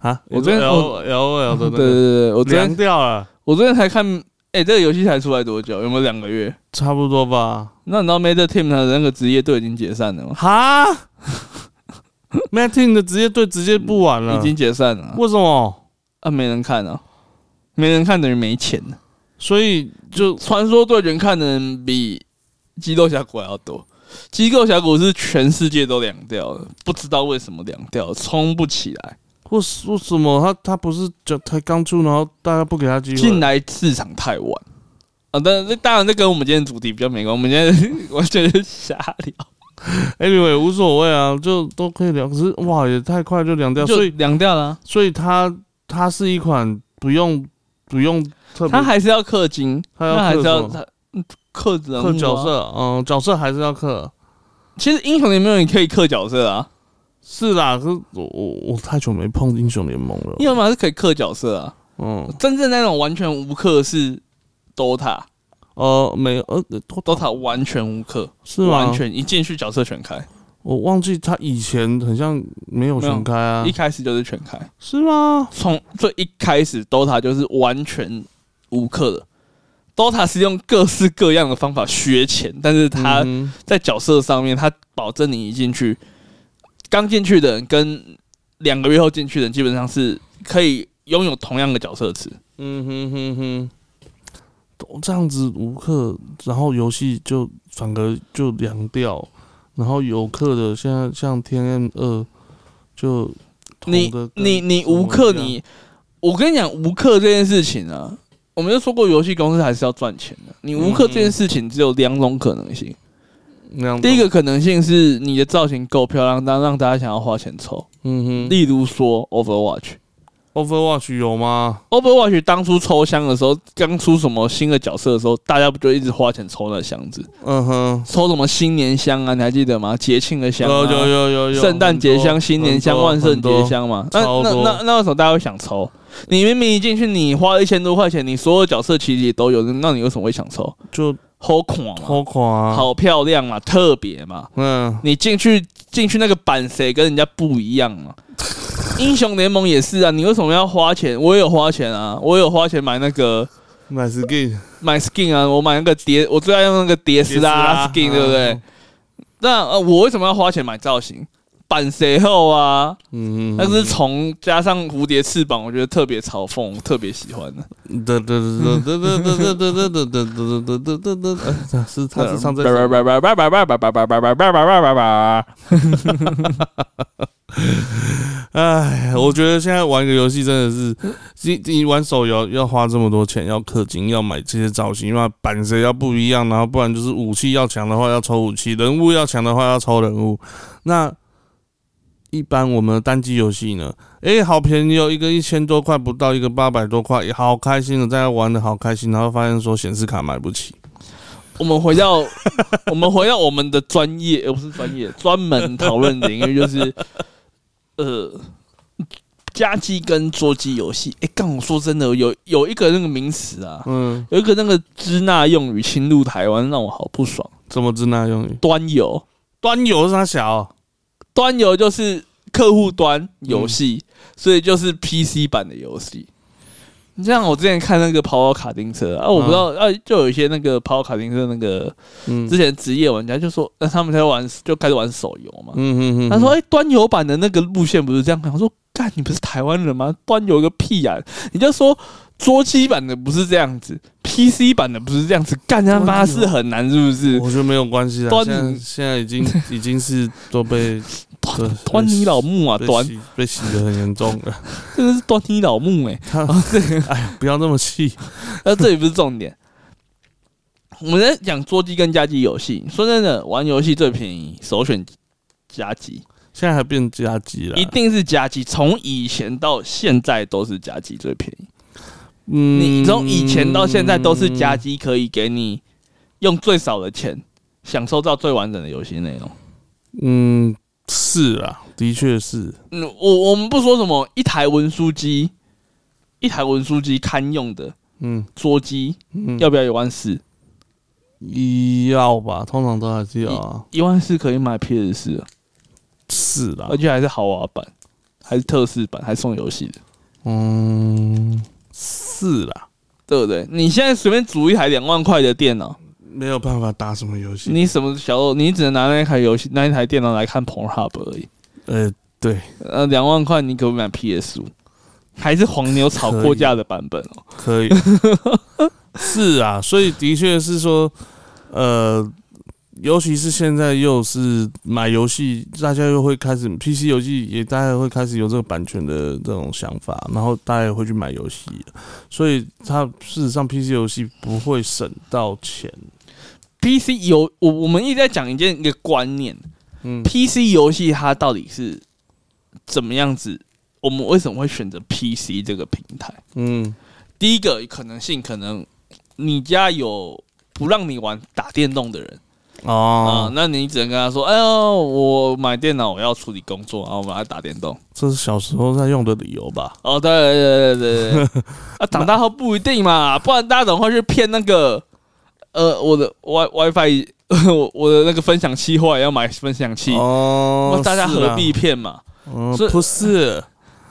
[SPEAKER 1] 啊，
[SPEAKER 2] 我昨天
[SPEAKER 1] L L L 的
[SPEAKER 2] 对
[SPEAKER 1] 那个
[SPEAKER 2] 对对，我昨
[SPEAKER 1] 凉
[SPEAKER 2] 天
[SPEAKER 1] 掉了，
[SPEAKER 2] 我昨天才看，哎、这个游戏才出来多久？有没有两个月？
[SPEAKER 1] 差不多吧，
[SPEAKER 2] 那你知道 Meta Team 他的那个职业队已经解散了吗？
[SPEAKER 1] 哈，Matting 的职业队直接不玩了，
[SPEAKER 2] 已经解散了
[SPEAKER 1] 为什么？
[SPEAKER 2] 啊，没人看啊，没人看等于没钱啊
[SPEAKER 1] 所以就
[SPEAKER 2] 传说对人看的人比激斗峡谷还要多。激斗峡谷是全世界都凉掉了，不知道为什么凉掉了，冲不起来。
[SPEAKER 1] 为什为什么他他不是就才刚出，然后大家不给他机
[SPEAKER 2] 进
[SPEAKER 1] 会？
[SPEAKER 2] 来市场太晚啊，但是这当然这跟我们今天主题比较没关，我们今天完全是瞎聊，
[SPEAKER 1] anyway 无所谓啊，就都可以聊。可是哇，也太快就凉掉，
[SPEAKER 2] 就
[SPEAKER 1] 所以
[SPEAKER 2] 凉掉了啊、
[SPEAKER 1] 所以它它是一款不用不用特别
[SPEAKER 2] 他还是要氪金，
[SPEAKER 1] 他要
[SPEAKER 2] 他还是
[SPEAKER 1] 氪
[SPEAKER 2] 要
[SPEAKER 1] 什
[SPEAKER 2] 他嗯氪人物
[SPEAKER 1] 刻
[SPEAKER 2] 啊
[SPEAKER 1] 角。色，嗯，角色还是要刻。
[SPEAKER 2] 其实英雄联盟也可以氪角色啊，
[SPEAKER 1] 是啦，可是我我我太久没碰英雄联盟了
[SPEAKER 2] 英。雄联盟是可以氪角色啊。
[SPEAKER 1] 嗯，
[SPEAKER 2] 真正那种完全无氪是 DOTA，DOTA
[SPEAKER 1] 呃，没有，呃，都
[SPEAKER 2] 完全无氪，
[SPEAKER 1] 是吗？
[SPEAKER 2] 完全一进去角色全开，
[SPEAKER 1] 我忘记他以前很像没有全开啊
[SPEAKER 2] 一，开始就是全开。
[SPEAKER 1] 是吗？
[SPEAKER 2] 从最一开始 DOTA 就是完全无氪的。DOTA 是用各式各样的方法削钱，但是他
[SPEAKER 1] 嗯
[SPEAKER 2] 在角色上面，他保证你一进去，刚进去的人跟两个月后进去的人基本上是可以拥有同样的角色池。
[SPEAKER 1] 哼嗯哼哼哼，这样子无氪，然后游戏就反而就凉掉，然后有氪的现在像天 M 二就
[SPEAKER 2] 你
[SPEAKER 1] 红得跟
[SPEAKER 2] 你你
[SPEAKER 1] 什么
[SPEAKER 2] 无氪
[SPEAKER 1] 一样
[SPEAKER 2] 你，我跟你讲无氪这件事情啊，我们就说过游戏公司还是要赚钱的。你无氪
[SPEAKER 1] 嗯
[SPEAKER 2] 这件事情只有两种可能性，
[SPEAKER 1] 那样
[SPEAKER 2] 第一个可能性是你的造型够漂亮，让让大家想要花钱抽，
[SPEAKER 1] 嗯哼
[SPEAKER 2] 例如说 Overwatch。
[SPEAKER 1] ，Overwatch 有吗？
[SPEAKER 2] Overwatch 当初抽箱的时候，刚出什么新的角色的时候，大家不就一直花钱抽那箱子，
[SPEAKER 1] 嗯哼，
[SPEAKER 2] 抽什么新年箱啊？你还记得吗？节庆的箱、啊，
[SPEAKER 1] 有有有有有，
[SPEAKER 2] 圣诞节
[SPEAKER 1] 很多
[SPEAKER 2] 箱、新年箱、
[SPEAKER 1] 很多
[SPEAKER 2] 万圣节
[SPEAKER 1] 很多
[SPEAKER 2] 箱嘛。那
[SPEAKER 1] 超
[SPEAKER 2] 那
[SPEAKER 1] 多
[SPEAKER 2] 那那为什么大家会想抽？你明明一进去，你花一千多块钱，你所有角色其实也都有，那你为什么会想抽？
[SPEAKER 1] 就
[SPEAKER 2] 好款嘛，
[SPEAKER 1] 偷款啊，，
[SPEAKER 2] 好漂亮嘛，特别嘛。
[SPEAKER 1] 嗯，
[SPEAKER 2] 你进去进去那个版谁跟人家不一样嘛？英雄联盟也是啊，你为什么要花钱？我也有花钱啊，我也有花钱买那个
[SPEAKER 1] 买 skin
[SPEAKER 2] 买 skin 啊，我买那个碟，我最爱用那个碟丝
[SPEAKER 1] 啊
[SPEAKER 2] 啦 skin，对不对？？
[SPEAKER 1] 嗯
[SPEAKER 2] 那呃，我为什么要花钱买造型？版谁后啊？
[SPEAKER 1] 嗯嗯，
[SPEAKER 2] 那是虫加上蝴蝶翅膀，我觉得特别嘲讽，我特别喜欢的。
[SPEAKER 1] 得得得得得得得得得得得得得得得，是他是唱这
[SPEAKER 2] 叭
[SPEAKER 1] 首，
[SPEAKER 2] 叭叭叭叭叭叭叭叭叭叭叭叭叭叭。
[SPEAKER 1] 哎，我觉得现在玩个游戏真的是，你你玩手游要花这么多钱，要氪金，要买这些造型，要板子要不一样，然后不然就是武器要强的话要抽武器，人物要强的话要抽人物。那一般我们的单机游戏呢？诶、好便宜哦，一个一千多块不到，一个八百多块，也好开心的，大家玩的好开心，然后发现说显示卡买不起，
[SPEAKER 2] 我们回到我们回到 我们的专业，而不是专业，专门讨论领域就是，呃，家机跟桌机游戏。哎、刚我说真的，有有一个那个名词啊，
[SPEAKER 1] 嗯，
[SPEAKER 2] 有一个那个支那用语侵入台湾，让我好不爽。
[SPEAKER 1] 怎么知那用语？
[SPEAKER 2] 端游，
[SPEAKER 1] 端游是它小，
[SPEAKER 2] 端游就是客户端游
[SPEAKER 1] 嗯
[SPEAKER 2] 戏，所以就是 PC 版的游戏。你像我之前看那个跑跑卡丁车啊，我不知道啊，就有一些那个跑跑卡丁车那个
[SPEAKER 1] 嗯
[SPEAKER 2] 之前职业玩家就说，那他们才玩就开始玩手游嘛。
[SPEAKER 1] 嗯嗯嗯，
[SPEAKER 2] 他说：“哎、端游版的那个路线不是这样。”我说：“干，你不是台湾人吗？端游个屁呀、你就说桌机版的不是这样子，PC 版的不是这样子，干他妈
[SPEAKER 1] 端游
[SPEAKER 2] 是很难，是不是？
[SPEAKER 1] 我觉得没有关系啦，
[SPEAKER 2] 端
[SPEAKER 1] 现在现在已 经已经是都被哦对
[SPEAKER 2] 端端你老木啊，
[SPEAKER 1] 被
[SPEAKER 2] 端
[SPEAKER 1] 洗被洗的很严重了，
[SPEAKER 2] 真的是端你老木哎、
[SPEAKER 1] 他哎不要那么气，
[SPEAKER 2] 那这也不是重点。我们在讲桌机跟家机游戏，说真的，玩游戏最便宜，首选家机，
[SPEAKER 1] 现在还变加急了
[SPEAKER 2] 一，定是家机。从以前到现在都是家机最便宜。
[SPEAKER 1] 嗯
[SPEAKER 2] 你从以前到现在都是夹击可以给你用最少的钱享受到最完整的游戏内容。
[SPEAKER 1] 嗯是啊，的确是，
[SPEAKER 2] 嗯，我我们不说什么一台文书机，一台文书机堪用的
[SPEAKER 1] 嗯
[SPEAKER 2] 桌机
[SPEAKER 1] 嗯
[SPEAKER 2] 要不要一万四？
[SPEAKER 1] 要吧，通常都还是要啊，
[SPEAKER 2] 一万四可以买 PS 四、啊
[SPEAKER 1] 是啦
[SPEAKER 2] 而，且还是豪华版，还是特仕版，还送游戏的，
[SPEAKER 1] 嗯是啦，
[SPEAKER 2] 对不对？你现在随便组一台两万块的电脑，
[SPEAKER 1] 没有办法打什么游戏，
[SPEAKER 2] 你什么小肉，你只能拿那台游戏那一台电脑来看 Pornhub 而已。
[SPEAKER 1] 呃对，
[SPEAKER 2] 呃，两万块你可不可以买 PS 五？还是黄牛炒过价的版本哦？
[SPEAKER 1] 可以， 是啊，所以的确是说，呃，尤其是现在又是买游戏，大家又会开始 PC 游戏也大家会开始有这个版权的这种想法，然后大家也会去买游戏，所以它事实上 PC 游戏不会省到钱，
[SPEAKER 2] PC 游，我我们一直在讲一件一个观念
[SPEAKER 1] 嗯
[SPEAKER 2] ，PC 游戏它到底是怎么样子？我们为什么会选择 PC 这个平台？
[SPEAKER 1] 嗯
[SPEAKER 2] 第一个可能性，可能你家有不让你玩打电动的人啊、
[SPEAKER 1] 哦，
[SPEAKER 2] 那你只能跟他说：“哎呦，我买电脑，我要处理工作，然后我来打电动。”
[SPEAKER 1] 这是小时候在用的理由吧？
[SPEAKER 2] 哦，对对对对 对，啊，长大后不一定嘛，不然大家怎么会去骗那个呃我的 Wi WiFi，我 我的那个分享器后来要买分享器，
[SPEAKER 1] 哦
[SPEAKER 2] 那大家
[SPEAKER 1] 是啊
[SPEAKER 2] 何必骗嘛，
[SPEAKER 1] 嗯
[SPEAKER 2] 所以，
[SPEAKER 1] 不是，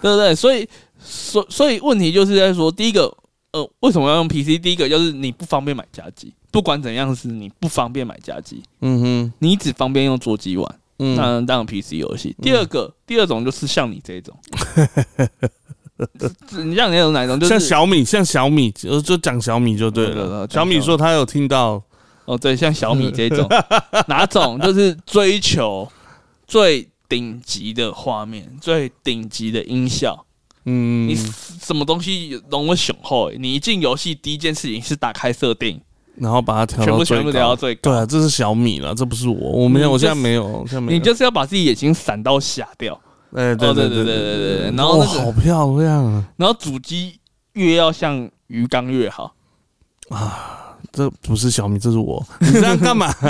[SPEAKER 2] 对不对？所以所所以问题就是在说，第一个呃为什么要用 PC？第一个就是你不方便买家机，不管怎样是你不方便买家机，
[SPEAKER 1] 嗯哼，
[SPEAKER 2] 你只方便用桌机玩。
[SPEAKER 1] 嗯
[SPEAKER 2] 那当然 PC 游戏。第二个，第二种就是像你这种， 你像哪种哪种，就
[SPEAKER 1] 像
[SPEAKER 2] 是
[SPEAKER 1] 小米，像小米，就就讲小米就对
[SPEAKER 2] 对对
[SPEAKER 1] 了。
[SPEAKER 2] 对
[SPEAKER 1] 小米说他有听到，
[SPEAKER 2] 哦，对，像小
[SPEAKER 1] 嗯
[SPEAKER 2] 米这种，哪种就是追求最顶级的画面、最顶级的音效。
[SPEAKER 1] 嗯
[SPEAKER 2] 你，什么东西容我雄厚？欸你一进游戏第一件事情是打开设定，
[SPEAKER 1] 然后把它调
[SPEAKER 2] 全
[SPEAKER 1] 到
[SPEAKER 2] 部全
[SPEAKER 1] 最
[SPEAKER 2] 部调到
[SPEAKER 1] 高。
[SPEAKER 2] 最高。
[SPEAKER 1] 对啊，这是小米了，这不是我，我没有，
[SPEAKER 2] 你
[SPEAKER 1] 我
[SPEAKER 2] 就
[SPEAKER 1] 现在没有，我现在没有。
[SPEAKER 2] 你就是要把自己眼睛闪到瞎掉，
[SPEAKER 1] 哎，
[SPEAKER 2] 哦
[SPEAKER 1] 对
[SPEAKER 2] 对
[SPEAKER 1] 对哦
[SPEAKER 2] 对对对对然后
[SPEAKER 1] 哇
[SPEAKER 2] 那个
[SPEAKER 1] 好漂亮啊！
[SPEAKER 2] 然后主机越要像鱼缸越好。
[SPEAKER 1] 这不是小米，这是我。你这样干嘛？
[SPEAKER 2] 不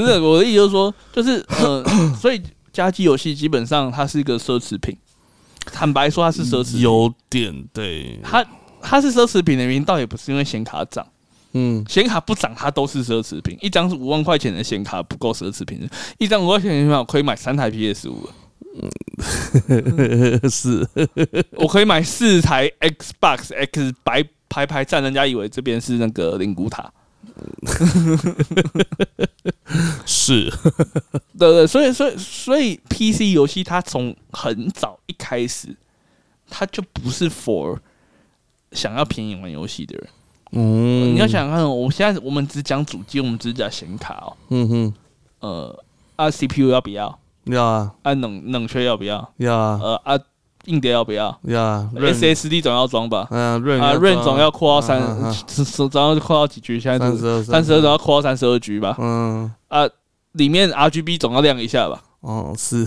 [SPEAKER 2] 是我的意思，就是说，就是呃，所以家机游戏基本上它是一个奢侈品。坦白说，它是奢侈品。
[SPEAKER 1] 有点对，
[SPEAKER 2] 它它是奢侈品的原因，倒也不是因为显卡涨，
[SPEAKER 1] 嗯，
[SPEAKER 2] 显卡不涨它都是奢侈品。一张是五万块钱的显卡不够奢侈品，一张五万块钱的显卡我可以买三台 PS 五，
[SPEAKER 1] 是
[SPEAKER 2] 我可以买四台 Xbox X 白排排站，人家以为这边是那个灵骨塔。
[SPEAKER 1] 是，
[SPEAKER 2] 对对，所以所以所以 PC 游戏它从很早一开始，它就不是 for 想要便宜玩游戏的人。
[SPEAKER 1] 嗯，
[SPEAKER 2] 你要，想想看，我现在我们只讲主机，我们只讲显卡哦，
[SPEAKER 1] 嗯哼，
[SPEAKER 2] 呃，啊 CPU 要不要？
[SPEAKER 1] 要啊，
[SPEAKER 2] 啊冷冷却要不要？
[SPEAKER 1] 要啊，
[SPEAKER 2] 呃啊硬碟要不要
[SPEAKER 1] 要啊，润，
[SPEAKER 2] ？SSD 总要装吧？
[SPEAKER 1] 嗯，润
[SPEAKER 2] 啊 RAM 总要扩到
[SPEAKER 1] 啊啊
[SPEAKER 2] 三
[SPEAKER 1] 啊，
[SPEAKER 2] 总总要扩到几 G？现在
[SPEAKER 1] 三
[SPEAKER 2] 是
[SPEAKER 1] 十二，
[SPEAKER 2] 三十二总要扩到三十二 G 吧？
[SPEAKER 1] 嗯，
[SPEAKER 2] 啊，里面 RGB 总要亮一下吧？
[SPEAKER 1] 哦，是，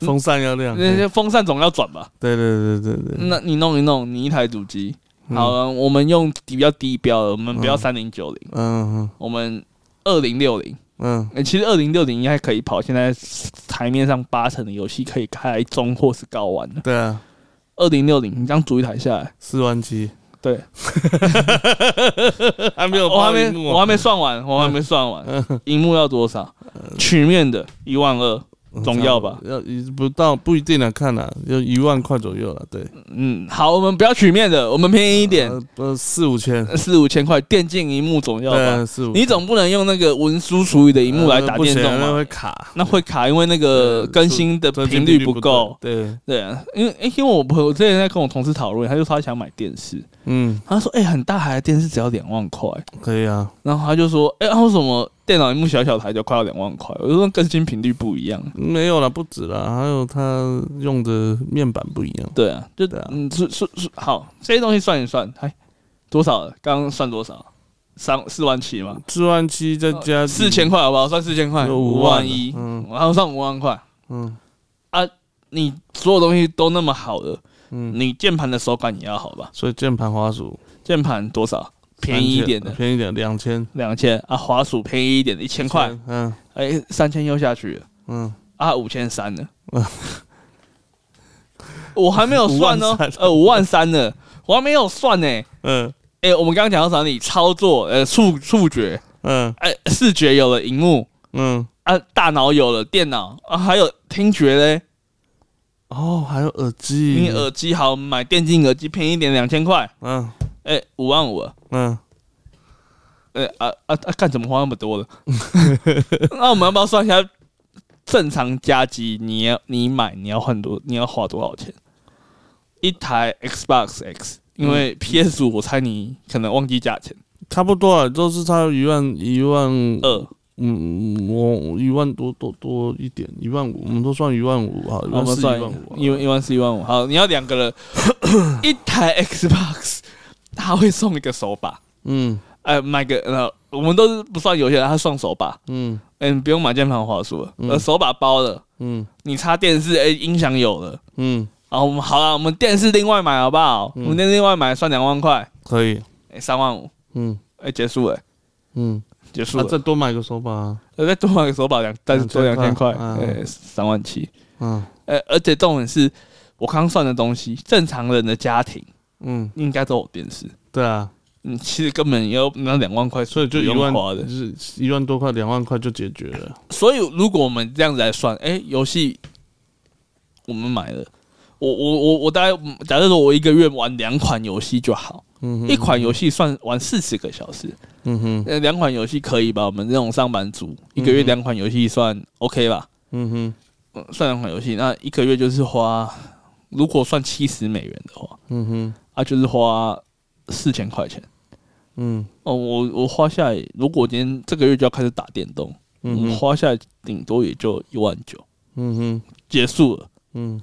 [SPEAKER 1] 风扇要亮，
[SPEAKER 2] 那
[SPEAKER 1] 嗯对
[SPEAKER 2] 些风扇总要转吧？
[SPEAKER 1] 对对对对，
[SPEAKER 2] 那你弄一弄，你一台主机，
[SPEAKER 1] 嗯
[SPEAKER 2] 好，了，我们用比较低标的，我们不要
[SPEAKER 1] 嗯
[SPEAKER 2] 三零九零，
[SPEAKER 1] 嗯
[SPEAKER 2] 我们二零六零。
[SPEAKER 1] 嗯
[SPEAKER 2] 哎，其实二零六零应该可以跑，现在台面上八成的游戏可以开中或是高玩的
[SPEAKER 1] 嗯，。对啊，
[SPEAKER 2] 二零六零，你这样组一台下来，
[SPEAKER 1] 四万七，
[SPEAKER 2] 对，
[SPEAKER 1] 还没有，
[SPEAKER 2] 我还没
[SPEAKER 1] 啊
[SPEAKER 2] 我还没算完，我还没算
[SPEAKER 1] 嗯
[SPEAKER 2] 完，荧幕要多少？曲面的一万二，总要吧？
[SPEAKER 1] 要呃嗯不到不一定啊，看啦，要一万块左右了，对，
[SPEAKER 2] 嗯，好，我们不要曲面的，我们便宜一点，
[SPEAKER 1] 呃呃四五千，
[SPEAKER 2] 四五千块，电竞荧幕总要吧？
[SPEAKER 1] 对，啊四五，
[SPEAKER 2] 你总不能用那个文书厨余的荧幕来
[SPEAKER 1] 呃
[SPEAKER 2] 打
[SPEAKER 1] 不
[SPEAKER 2] 电
[SPEAKER 1] 行
[SPEAKER 2] 动吧
[SPEAKER 1] 那？会卡，
[SPEAKER 2] 那会卡，因为那个
[SPEAKER 1] 呃
[SPEAKER 2] 更新的
[SPEAKER 1] 这
[SPEAKER 2] 频率不
[SPEAKER 1] 对
[SPEAKER 2] 够。
[SPEAKER 1] 对，
[SPEAKER 2] 对啊，因为、诶因为我朋友之前在跟我同事讨论，他就说他想买电视，
[SPEAKER 1] 嗯，
[SPEAKER 2] 他说哎、诶很大台的电视只要两万块，
[SPEAKER 1] 可以啊，
[SPEAKER 2] 然后他就说哎、诶啊为什么电脑荧幕小小台就快要两万块？我就说更新频率不一样。
[SPEAKER 1] 没有啦，不止啦，还有他用的面板不一样，
[SPEAKER 2] 对啊，就
[SPEAKER 1] 对啊
[SPEAKER 2] 嗯是是是好，这些东西算一算，哎多少了？刚刚算多少？三四万七嘛，
[SPEAKER 1] 四万七再加
[SPEAKER 2] 哦四千块好不好？算四千块，
[SPEAKER 1] 有嗯五
[SPEAKER 2] 五
[SPEAKER 1] 万
[SPEAKER 2] 万一，
[SPEAKER 1] 嗯
[SPEAKER 2] 然后算五万块，
[SPEAKER 1] 嗯
[SPEAKER 2] 你所有东西都那么好了，
[SPEAKER 1] 嗯，
[SPEAKER 2] 你键盘的手感也要好吧？
[SPEAKER 1] 所以键盘滑鼠
[SPEAKER 2] 键盘多少？便宜一点
[SPEAKER 1] 3000
[SPEAKER 2] 的
[SPEAKER 1] 便宜一点两千
[SPEAKER 2] 两千啊，滑鼠便宜一点的一千块，，
[SPEAKER 1] 嗯
[SPEAKER 2] 哎、三千又下去了
[SPEAKER 1] 嗯，
[SPEAKER 2] 啊，五千三 呢
[SPEAKER 1] 嗯。
[SPEAKER 2] 我还没有算呢
[SPEAKER 1] 5万，
[SPEAKER 2] 呃，五万三呢，我还没有算呢、
[SPEAKER 1] 嗯
[SPEAKER 2] 哎、我们刚刚讲到哪里？操作，呃，触触觉，
[SPEAKER 1] 嗯
[SPEAKER 2] 哎、视觉有了荧幕
[SPEAKER 1] 嗯，
[SPEAKER 2] 啊，大脑有了电脑啊，还有听觉嘞。
[SPEAKER 1] 哦，还有耳机，
[SPEAKER 2] 你耳机好，买电竞耳机便宜一点，两千块，
[SPEAKER 1] 嗯
[SPEAKER 2] 哎、五万五了。
[SPEAKER 1] 嗯，
[SPEAKER 2] 呃啊啊啊！干、怎么花那么多了？ 那我们要不要算一下正常加机？你要你买你要换多你要花多少钱？一台 Xbox X，因
[SPEAKER 1] 嗯
[SPEAKER 2] 为 PS 五我猜你可能忘记价钱，
[SPEAKER 1] 差不多啊，都是差一万一万，
[SPEAKER 2] 二
[SPEAKER 1] 嗯，我一万多多多一点，一万五，我们都算一万五好，一
[SPEAKER 2] 我
[SPEAKER 1] 万
[SPEAKER 2] 们
[SPEAKER 1] 四一
[SPEAKER 2] 算
[SPEAKER 1] 万五啊，
[SPEAKER 2] 一万一万四一万五。好，你要两 个人，一台 Xbox，他会送一个手把，
[SPEAKER 1] 嗯
[SPEAKER 2] 呃，买个呃，我们都是不算有些人他送手把，
[SPEAKER 1] 嗯
[SPEAKER 2] 嗯、你不用买键盘滑鼠了，
[SPEAKER 1] 嗯
[SPEAKER 2] 呃，手把包了，
[SPEAKER 1] 嗯
[SPEAKER 2] 你插电视，哎、音响有了。
[SPEAKER 1] 嗯，
[SPEAKER 2] 啊，我们好了，我们电视另外买好不好？
[SPEAKER 1] 嗯
[SPEAKER 2] 我们电视另外买算两万块，
[SPEAKER 1] 可以，
[SPEAKER 2] 哎、三万五，
[SPEAKER 1] 嗯
[SPEAKER 2] 哎、结束了，
[SPEAKER 1] 嗯，
[SPEAKER 2] 结束
[SPEAKER 1] 那
[SPEAKER 2] 了。
[SPEAKER 1] 再多买个手把啊，
[SPEAKER 2] 呃，再多买个手把两，再多两千块，
[SPEAKER 1] 嗯
[SPEAKER 2] 哎、三万七。
[SPEAKER 1] 嗯
[SPEAKER 2] 哎、而且重点是我刚算的东西，正常人的家庭
[SPEAKER 1] 嗯，
[SPEAKER 2] 应该都有电视，
[SPEAKER 1] 对啊。
[SPEAKER 2] 嗯，其实根本要那两万块，
[SPEAKER 1] 所以就一
[SPEAKER 2] 用
[SPEAKER 1] 万
[SPEAKER 2] 花的。
[SPEAKER 1] 是一万多块、两万块就解决了。
[SPEAKER 2] 所以如果我们这样子来算，哎、游戏我们买了。我我我我大概假设说，我一个月玩两款游戏就好，
[SPEAKER 1] 嗯哼
[SPEAKER 2] 一款游戏算玩四十个小时，
[SPEAKER 1] 嗯哼，
[SPEAKER 2] 呃，两款游戏可以吧？我们这种上班族，一个月
[SPEAKER 1] 嗯
[SPEAKER 2] 两款游戏算 OK 吧？呃
[SPEAKER 1] 嗯哼，
[SPEAKER 2] 嗯算两款游戏，那一个月就是花如果算七十美元的话，
[SPEAKER 1] 嗯哼，
[SPEAKER 2] 啊，就是花四千块钱。
[SPEAKER 1] 嗯
[SPEAKER 2] 哦，我我花下来，如果今天这个月就要开始打电动，
[SPEAKER 1] 嗯
[SPEAKER 2] 我
[SPEAKER 1] 哼，
[SPEAKER 2] 花下来顶多也就一万九，
[SPEAKER 1] 嗯哼，
[SPEAKER 2] 结束了，
[SPEAKER 1] 嗯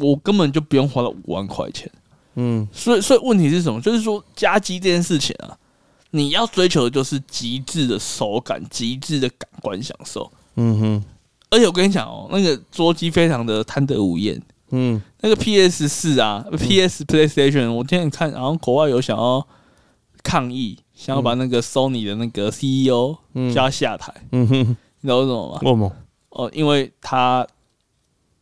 [SPEAKER 2] 我根本就不用花到五万块钱。
[SPEAKER 1] 嗯
[SPEAKER 2] 所以，所以问题是什么？就是说加机这件事情啊，你要追求的就是极致的手感、极致的感官享受。
[SPEAKER 1] 嗯哼，
[SPEAKER 2] 而且我跟你讲哦，那个桌机非常的贪得无厌。
[SPEAKER 1] 嗯
[SPEAKER 2] 那个 PS 四啊，PS PlayStation，我今天看好像国外有想要抗议，想要把那个 Sony 的那个 CEO
[SPEAKER 1] 嗯
[SPEAKER 2] 叫他下台，
[SPEAKER 1] 嗯哼，
[SPEAKER 2] 你知道为什么吗？
[SPEAKER 1] 我吗？
[SPEAKER 2] 哦，因为他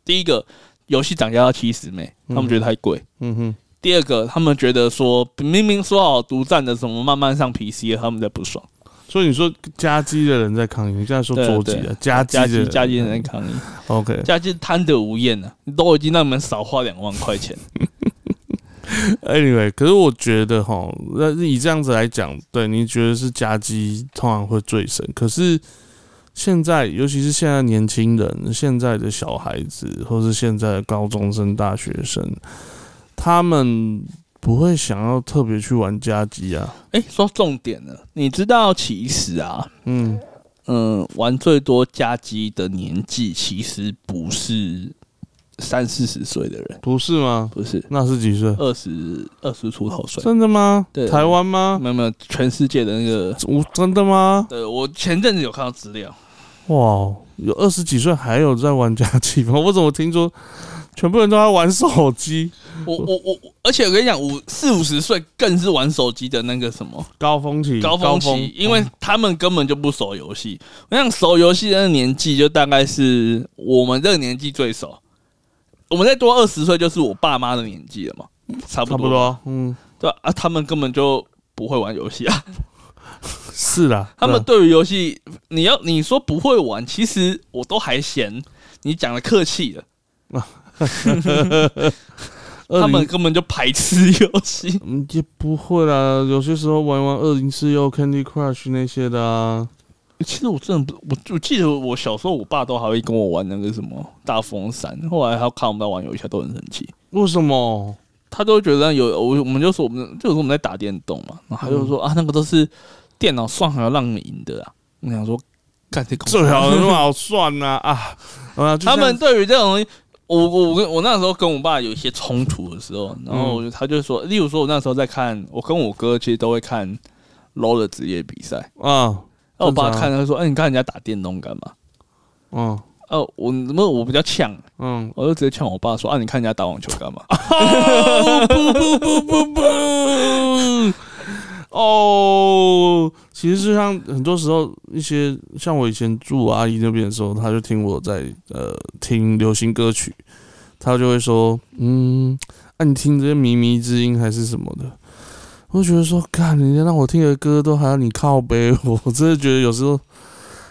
[SPEAKER 2] 第一个游戏涨价到七十美，他们觉得太贵。
[SPEAKER 1] 嗯哼，
[SPEAKER 2] 第二个，他们觉得说明明说好独占的，怎么慢慢上 PC 了，他们在不爽。
[SPEAKER 1] 所以你说加机的人在抗议，你现在说
[SPEAKER 2] 对
[SPEAKER 1] 桌
[SPEAKER 2] 对
[SPEAKER 1] 机的加机
[SPEAKER 2] 加
[SPEAKER 1] 的
[SPEAKER 2] 机
[SPEAKER 1] 人
[SPEAKER 2] 加机人在抗议，
[SPEAKER 1] ，OK，
[SPEAKER 2] 加机贪得无厌呢、啊，都已经让你们少花两万块钱。
[SPEAKER 1] Anyway，可是我觉得哈，那以这样子来讲，对你觉得是夹击通常会最深。可是现在，尤其是现在年轻人、现在的小孩子，或是现在的高中生、大学生，他们不会想要特别去玩夹击啊。
[SPEAKER 2] 哎、说到重点了，你知道其实啊，
[SPEAKER 1] 嗯
[SPEAKER 2] 嗯，玩最多加机的年纪其实不是三四十岁的人，
[SPEAKER 1] 不是吗？
[SPEAKER 2] 不是
[SPEAKER 1] 那是几岁？
[SPEAKER 2] 二十二十出头岁，
[SPEAKER 1] 真的吗
[SPEAKER 2] 呃对？
[SPEAKER 1] 台湾吗？
[SPEAKER 2] 没有没有，全世界的那个。
[SPEAKER 1] 我真的吗？
[SPEAKER 2] 对，我前阵子有看到资料，
[SPEAKER 1] 哇，有二十几岁还有在玩夹击吗？ 我怎么听说全部人都在玩手机？
[SPEAKER 2] 我我我，我而且我跟你讲，五四五十岁更是玩手机的那个什么
[SPEAKER 1] 高峰期，
[SPEAKER 2] 高峰期，因为他们根本就不熟游戏。我想熟游戏的那个年纪，就大概是我们这个年纪最熟。我们再多二十岁，就是我爸妈的年纪了嘛，差不
[SPEAKER 1] 差
[SPEAKER 2] 多，
[SPEAKER 1] 不多，嗯，
[SPEAKER 2] 对啊，他们根本就不会玩游戏啊。
[SPEAKER 1] 是啦，
[SPEAKER 2] 他们
[SPEAKER 1] 对
[SPEAKER 2] 对于游戏，你要你说不会玩，其实我都还嫌你讲的客气了，
[SPEAKER 1] 20
[SPEAKER 2] 他们根本就排斥游戏。
[SPEAKER 1] 啊嗯也不会啦，有些时候玩一玩二零四六、Candy Crush 那些的啊，
[SPEAKER 2] 其实我真的不，我我记得我小时候，我爸都还会跟我玩那个什么大风扇，后来他看我们在玩游戏，他都很生气，
[SPEAKER 1] 为什 么？
[SPEAKER 2] 他都觉得有我我们就说我们就说我们在打电动嘛，然后
[SPEAKER 1] 嗯
[SPEAKER 2] 他就说、啊那个都是电脑算好要让你赢的啊，我想说干这
[SPEAKER 1] 这
[SPEAKER 2] 个
[SPEAKER 1] 条那么好算呐啊啊！就像
[SPEAKER 2] 他们对于这种东西，我我我跟我那时候跟我爸有一些冲突的时候，然后
[SPEAKER 1] 嗯
[SPEAKER 2] 我就他就说，例如说我那时候在看，我跟我哥其实都会看 low 的职业比赛，
[SPEAKER 1] 啊
[SPEAKER 2] 那我爸
[SPEAKER 1] 正常啊
[SPEAKER 2] 看他说，哎、你看人家打电动干嘛？
[SPEAKER 1] 嗯
[SPEAKER 2] 哦、我怎么我比较呛，
[SPEAKER 1] 嗯，
[SPEAKER 2] 我就直接呛我爸说，啊，你看人家打网球干嘛？
[SPEAKER 1] 哦不不不不不。 哦，其实就像很多时候一些像我以前住我阿姨那边的时候，她就听我在呃听流行歌曲，她就会说，嗯，啊你听这些靡靡之音还是什么的，我就觉得说，看人家让我听的歌都还要你靠背，我我真的觉得有时候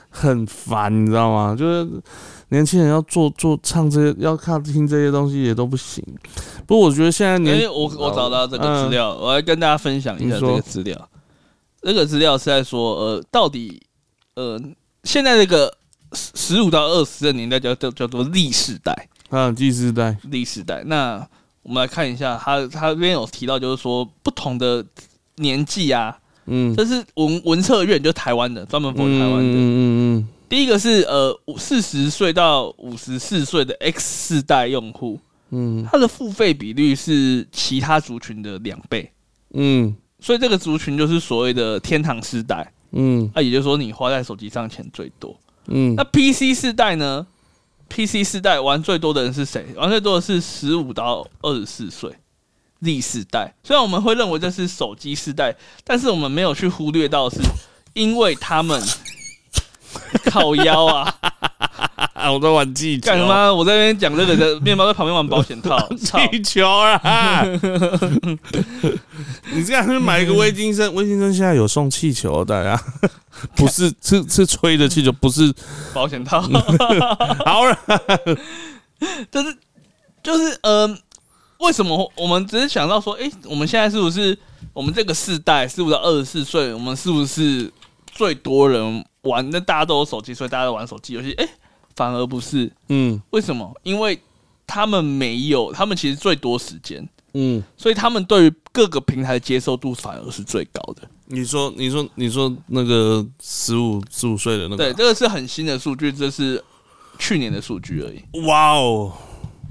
[SPEAKER 1] 很烦，你知道吗？就是年轻人要做做唱这些，要看听这些东西也都不行。不过我觉得现在
[SPEAKER 2] 因
[SPEAKER 1] 年嗯
[SPEAKER 2] 为我我找到这个资料，我来跟大家分享一下
[SPEAKER 1] 你
[SPEAKER 2] 这
[SPEAKER 1] 说
[SPEAKER 2] 个资料。这个资料是在说，呃，到底呃，现在这个十十五到二十的年代叫叫叫做历世代。
[SPEAKER 1] 啊，第四代，
[SPEAKER 2] 历史代。那我们来看一下，他他这边有提到，就是说不同的年纪啊，
[SPEAKER 1] 嗯，
[SPEAKER 2] 这是文文策院，就台湾的，专门 for 台湾的。
[SPEAKER 1] 嗯嗯
[SPEAKER 2] 第一个是呃四十岁到五十四岁的 X 世代用户，
[SPEAKER 1] 嗯
[SPEAKER 2] 它的付费比率是其他族群的两倍，
[SPEAKER 1] 嗯
[SPEAKER 2] 所以这个族群就是所谓的天堂世代。啊
[SPEAKER 1] 嗯
[SPEAKER 2] 那、也就是说，你花在手机上钱最多。
[SPEAKER 1] 嗯
[SPEAKER 2] 那 PC 世代呢？PC 世代玩最多的人是谁？玩最多的是十五到二十四岁，Z 世代。虽然我们会认为这是手机世代，但是我们没有去忽略到是，因为他们靠腰啊，
[SPEAKER 1] 啊，我在玩技
[SPEAKER 2] 干什么？我在那边讲这个的，面包在旁边玩保险套，操！
[SPEAKER 1] 地球啊！ 你这样去买一个微金 生，微金生现在有送气球，大 家不是是是吹的气球，不是
[SPEAKER 2] 保险套，
[SPEAKER 1] 好了，
[SPEAKER 2] 就是就是嗯、呃为什么我们只是想到说，诶，我们现在是不是我们这个世代十五到二十四岁，我们是不是最多人玩？那大家都有手机，所以大家都玩手机游戏，诶，反而不是
[SPEAKER 1] 嗯
[SPEAKER 2] 为什么？因为他们没有，他们其实最多时间，
[SPEAKER 1] 嗯，
[SPEAKER 2] 所以他们对于各个平台的接受度反而是最高的。
[SPEAKER 1] 你说你说你说那个十五十五岁的那
[SPEAKER 2] 对，
[SPEAKER 1] 个，
[SPEAKER 2] 这个是很新的数据，这是去年的数据而已。
[SPEAKER 1] 哇哦！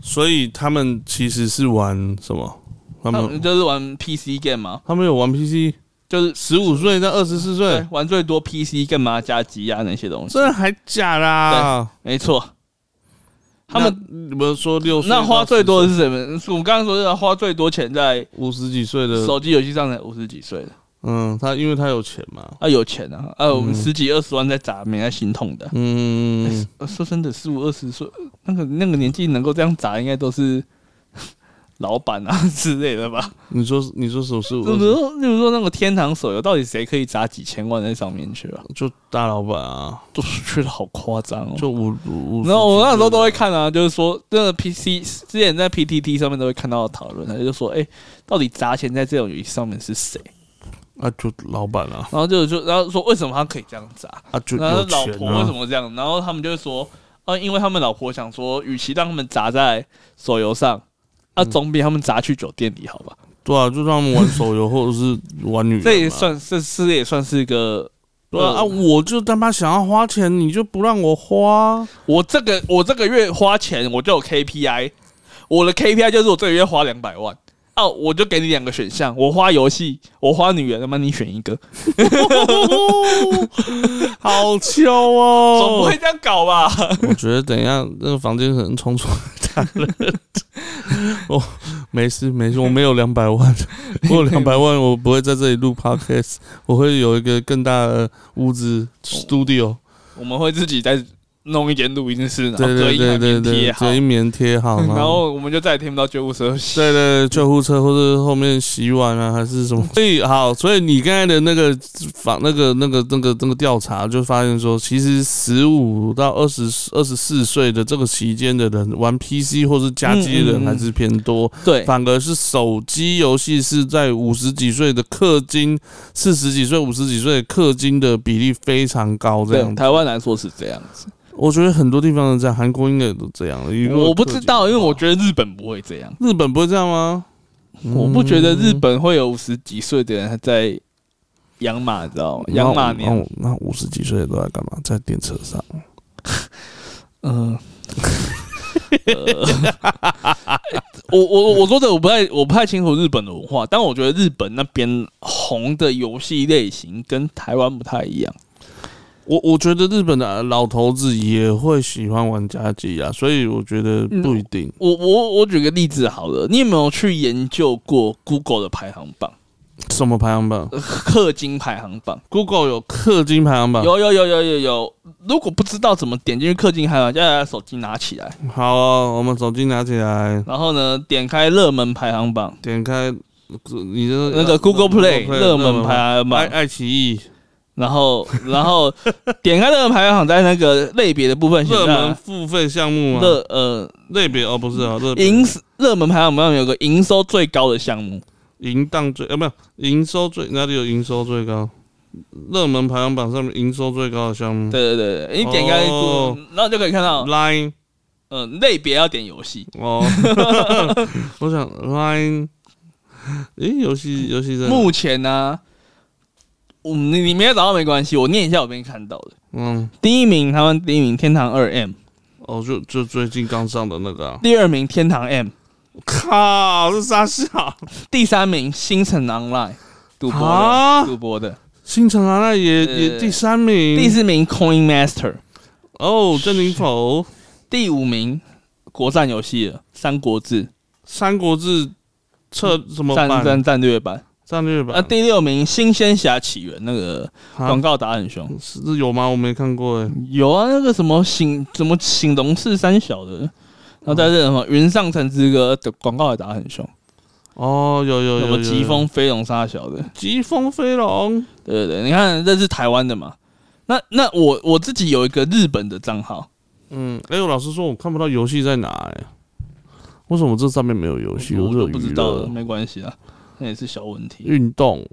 [SPEAKER 1] 所以他们其实是玩什么？他
[SPEAKER 2] 他
[SPEAKER 1] 们
[SPEAKER 2] 们就是玩 PC game 嘛，
[SPEAKER 1] 他们有玩 PC，
[SPEAKER 2] 就是
[SPEAKER 1] 十五岁到二十四岁
[SPEAKER 2] 对，玩最多 PC 干嘛加机啊那些东西，
[SPEAKER 1] 真的还假啦？
[SPEAKER 2] 没错。他们
[SPEAKER 1] 们你们说六岁
[SPEAKER 2] 那
[SPEAKER 1] 到
[SPEAKER 2] 花最多的
[SPEAKER 1] 10
[SPEAKER 2] 是什么？是我们刚刚说的花最多钱在
[SPEAKER 1] 五十几岁的，
[SPEAKER 2] 手机游戏上的五十几岁的，
[SPEAKER 1] 嗯，他因为他有钱嘛，
[SPEAKER 2] 啊有钱啊，啊我们十几二十万在砸，没在心痛的。
[SPEAKER 1] 嗯，
[SPEAKER 2] 呃说真的，十五二十岁那个那个年纪能够这样砸，应该都是 老板啊 之类的吧？
[SPEAKER 1] 你说你说手术
[SPEAKER 2] 比如说，比如说那个天堂手游，到底谁可以砸几千万在上面去啊？
[SPEAKER 1] 就大老板啊，
[SPEAKER 2] 都去的好夸张哦！
[SPEAKER 1] 就五五，
[SPEAKER 2] 然后我那时候都会
[SPEAKER 1] 看。
[SPEAKER 2] 看啊，就是说，真的 PC 之前在 PTT 上面都会看到讨论，他就说，哎、到底砸钱在这种游戏上面是谁？
[SPEAKER 1] 啊，就老板啊，
[SPEAKER 2] 然后就就然后说为什么他可以这样砸？
[SPEAKER 1] 啊就
[SPEAKER 2] 然后
[SPEAKER 1] 有
[SPEAKER 2] 老
[SPEAKER 1] 钱
[SPEAKER 2] 婆为什
[SPEAKER 1] 啊，
[SPEAKER 2] 么这样？然后他们就会说，啊，因为他们老婆想说，与其让他们砸在手游上，啊，
[SPEAKER 1] 嗯
[SPEAKER 2] 总比他们砸去酒店里好吧？
[SPEAKER 1] 对啊，就让他们玩手游或者是玩女人嘛，
[SPEAKER 2] 这也算这这也算是一个。
[SPEAKER 1] 对啊，啊
[SPEAKER 2] 呃
[SPEAKER 1] 我就他妈想要花钱，你就不让我花，
[SPEAKER 2] 我这个我这个月花钱，我就有 KPI，我的 KPI 就是我这个月花两百万。哦，我就给你两个选项，我花游戏，我花女人，他妈你选一个，
[SPEAKER 1] 好巧
[SPEAKER 2] 总不
[SPEAKER 1] 哦
[SPEAKER 2] 会！这样搞吧？
[SPEAKER 1] 我觉得等一下那个房间可能冲出来打人。 哦，没事没事，我没有两百 万，我有两百万，我不会在这里录 podcast，我会有一个更大的屋
[SPEAKER 2] 哦
[SPEAKER 1] 子 studio，
[SPEAKER 2] 我们会自己再弄一间录音室，然后
[SPEAKER 1] 对
[SPEAKER 2] 隔
[SPEAKER 1] 对
[SPEAKER 2] 音
[SPEAKER 1] 对
[SPEAKER 2] 还
[SPEAKER 1] 对
[SPEAKER 2] 棉贴
[SPEAKER 1] 对，
[SPEAKER 2] 好
[SPEAKER 1] 隔，音棉贴 好，
[SPEAKER 2] 然后我们就再也听不到绝无蛇息。
[SPEAKER 1] 对对，对救护车或者后面洗碗啊，还是什
[SPEAKER 2] 嗯
[SPEAKER 1] 么？所以好，所以你刚才的那个访那个那个那个那个调查，就发现说，其实十五到二十二十四岁的这个期间的人，玩 PC 或是家机的
[SPEAKER 2] 嗯嗯
[SPEAKER 1] 人
[SPEAKER 2] 嗯
[SPEAKER 1] 还是偏多，
[SPEAKER 2] 对
[SPEAKER 1] 反而是手机游戏是在五十几岁的氪金、四十几岁、五十几岁的氪金的比例非常高，这
[SPEAKER 2] 对，
[SPEAKER 1] 样子。
[SPEAKER 2] 台湾来说是这样子，
[SPEAKER 1] 我觉得很多地方都这样，韩国应该也都这样。如果
[SPEAKER 2] 我不
[SPEAKER 1] 氪
[SPEAKER 2] 知
[SPEAKER 1] 金
[SPEAKER 2] 道，因为
[SPEAKER 1] 的话
[SPEAKER 2] 我觉得日本不会这样，
[SPEAKER 1] 日本不会这样吗？
[SPEAKER 2] 我不觉得日
[SPEAKER 1] 嗯
[SPEAKER 2] 本会有五十几岁的人还在养马，你知道吗？
[SPEAKER 1] 嗯
[SPEAKER 2] 养马
[SPEAKER 1] 那
[SPEAKER 2] 娘，
[SPEAKER 1] 我那五十几岁的都在干嘛？在电车上。
[SPEAKER 2] 嗯。我我我说的我不太我不太清楚日本的文化，但我觉得日本那边红的游戏类型跟台湾不太一样。
[SPEAKER 1] 我我觉得日本的老头子也会喜欢玩家机啊，所以我觉得
[SPEAKER 2] 嗯
[SPEAKER 1] 不一定。
[SPEAKER 2] 我我我举个例子好了，你有没有去研究过 Google 的排行榜，呃
[SPEAKER 1] 什么排行榜
[SPEAKER 2] 氪金排行榜？
[SPEAKER 1] ？Google 有氪金排行榜。
[SPEAKER 2] 有有有有有有，如果不知道怎么点进去氪金海网，就要把手机拿起来，
[SPEAKER 1] 好、哦，我们手机拿起来，
[SPEAKER 2] 然后呢，点开热门排行榜，
[SPEAKER 1] 点开你的呃
[SPEAKER 2] 那个 Google Play 热门排行
[SPEAKER 1] 爱
[SPEAKER 2] 榜，
[SPEAKER 1] 爱奇艺
[SPEAKER 2] 然后 然后点开热门排行榜，在那个类别的部分显
[SPEAKER 1] 热门
[SPEAKER 2] 示
[SPEAKER 1] 付费项目吗？
[SPEAKER 2] 热呃
[SPEAKER 1] 类别哦，不是哦，热
[SPEAKER 2] 营热门排行榜有个营收最高的项目，
[SPEAKER 1] 淫荡最啊，不是营收最哪里有营收最高？热门排行榜上面营收最高的项目
[SPEAKER 2] 对对对对，你点开
[SPEAKER 1] 哦，
[SPEAKER 2] 然后就可以看到，
[SPEAKER 1] ，Line
[SPEAKER 2] 嗯，类别要点游戏，
[SPEAKER 1] 哦，我想 Line，诶，游戏游戏在哪
[SPEAKER 2] 目前呢，我你你没有找到没关系，我念一下我边看到的。
[SPEAKER 1] 嗯，
[SPEAKER 2] 第一名，他们第一名《天堂二 M》，
[SPEAKER 1] 哦，就就最近刚上的那个、 啊，
[SPEAKER 2] 第二名《天堂 M》，
[SPEAKER 1] 靠，是啥笑？
[SPEAKER 2] 第三名《星辰 Online》，赌博
[SPEAKER 1] 啊
[SPEAKER 2] 的，赌博的。
[SPEAKER 1] 新城啊，那也
[SPEAKER 2] 对
[SPEAKER 1] 也第三名，
[SPEAKER 2] 第四名《Coin Master》，
[SPEAKER 1] 哦，郑林否，《
[SPEAKER 2] 第五名国战游戏了，《三国志
[SPEAKER 1] 三国志》策什么
[SPEAKER 2] 嗯战
[SPEAKER 1] 版
[SPEAKER 2] 战战略版。
[SPEAKER 1] 战略版
[SPEAKER 2] 啊，第六名《新仙侠起源》，那个
[SPEAKER 1] 啊
[SPEAKER 2] 广告打很凶。
[SPEAKER 1] 是有吗？我没看过诶。
[SPEAKER 2] 有啊，那个什么醒什么醒龙是三小的，然后在这什么《云上城之歌》的广告也打很凶，
[SPEAKER 1] 哦，有有
[SPEAKER 2] 什
[SPEAKER 1] 有有
[SPEAKER 2] 么疾
[SPEAKER 1] 有
[SPEAKER 2] 风飞龙杀小的。
[SPEAKER 1] 疾风飞龙，
[SPEAKER 2] 对对对，你看这是台湾的嘛？那那我我自己有一个日本的账号，
[SPEAKER 1] 嗯，哎、我老实说，我看不到游戏在哪、哎，为什么这上面没有游戏？
[SPEAKER 2] 我
[SPEAKER 1] 只有
[SPEAKER 2] 都不知道
[SPEAKER 1] 娱乐
[SPEAKER 2] 了，没关系啊，那也是小问题。
[SPEAKER 1] 运动、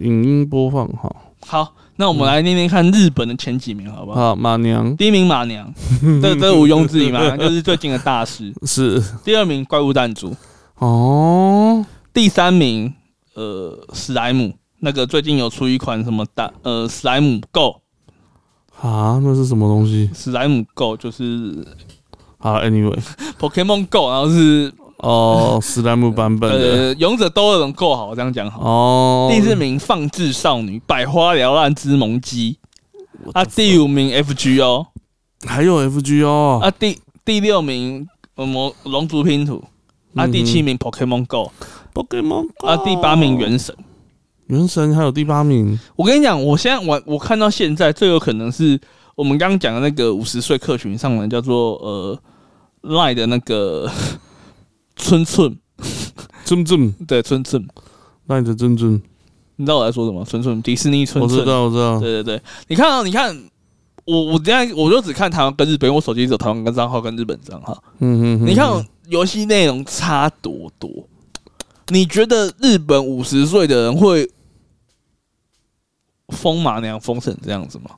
[SPEAKER 1] 影音播放哈，
[SPEAKER 2] 好，那我们来念念看日本的前几名，好不好？
[SPEAKER 1] 啊，马娘
[SPEAKER 2] 第一名马娘，这这毋庸 置疑嘛，就是最近的大师。
[SPEAKER 1] 是
[SPEAKER 2] 第二名怪物弹珠，
[SPEAKER 1] 哦，
[SPEAKER 2] 第三名呃史莱姆，那个最近有出一款什么大呃史莱姆 Go，
[SPEAKER 1] 啊，那是什么东西？
[SPEAKER 2] 史莱姆 Go 就是
[SPEAKER 1] 好，anyway，
[SPEAKER 2] Pokemon Go，然后是
[SPEAKER 1] 哦，史莱姆版本的，
[SPEAKER 2] 呃勇者斗恶龙 Go 好，这样讲好。
[SPEAKER 1] 哦，
[SPEAKER 2] 第四名放置少女百花缭乱之萌姬，啊第五名 FG 哦，
[SPEAKER 1] 还有 FG 哦，
[SPEAKER 2] 啊第第六名呃魔龙族拼图，啊
[SPEAKER 1] 嗯哼
[SPEAKER 2] 第七名 Pokemon Go，
[SPEAKER 1] Pokemon Go
[SPEAKER 2] 啊第八名原神。
[SPEAKER 1] 原神还有第八名
[SPEAKER 2] 我跟你讲，我现在我我看到现在最有可能是我们刚刚讲的那个五十岁客群上的叫做呃赖的那个 村村，
[SPEAKER 1] 正正
[SPEAKER 2] 对村村，
[SPEAKER 1] 赖着正正，
[SPEAKER 2] 你知道我在说什么？村村迪士尼村
[SPEAKER 1] 我知
[SPEAKER 2] 村，
[SPEAKER 1] 道我知道，
[SPEAKER 2] 对对对，你看啊，你看。我我现在我就只看台湾跟日本，因为我手机只有台湾跟账号跟日本账号。
[SPEAKER 1] 嗯嗯，
[SPEAKER 2] 你看哦游戏内容差多多，你觉得日本五十岁的人会疯马娘疯成这样子吗？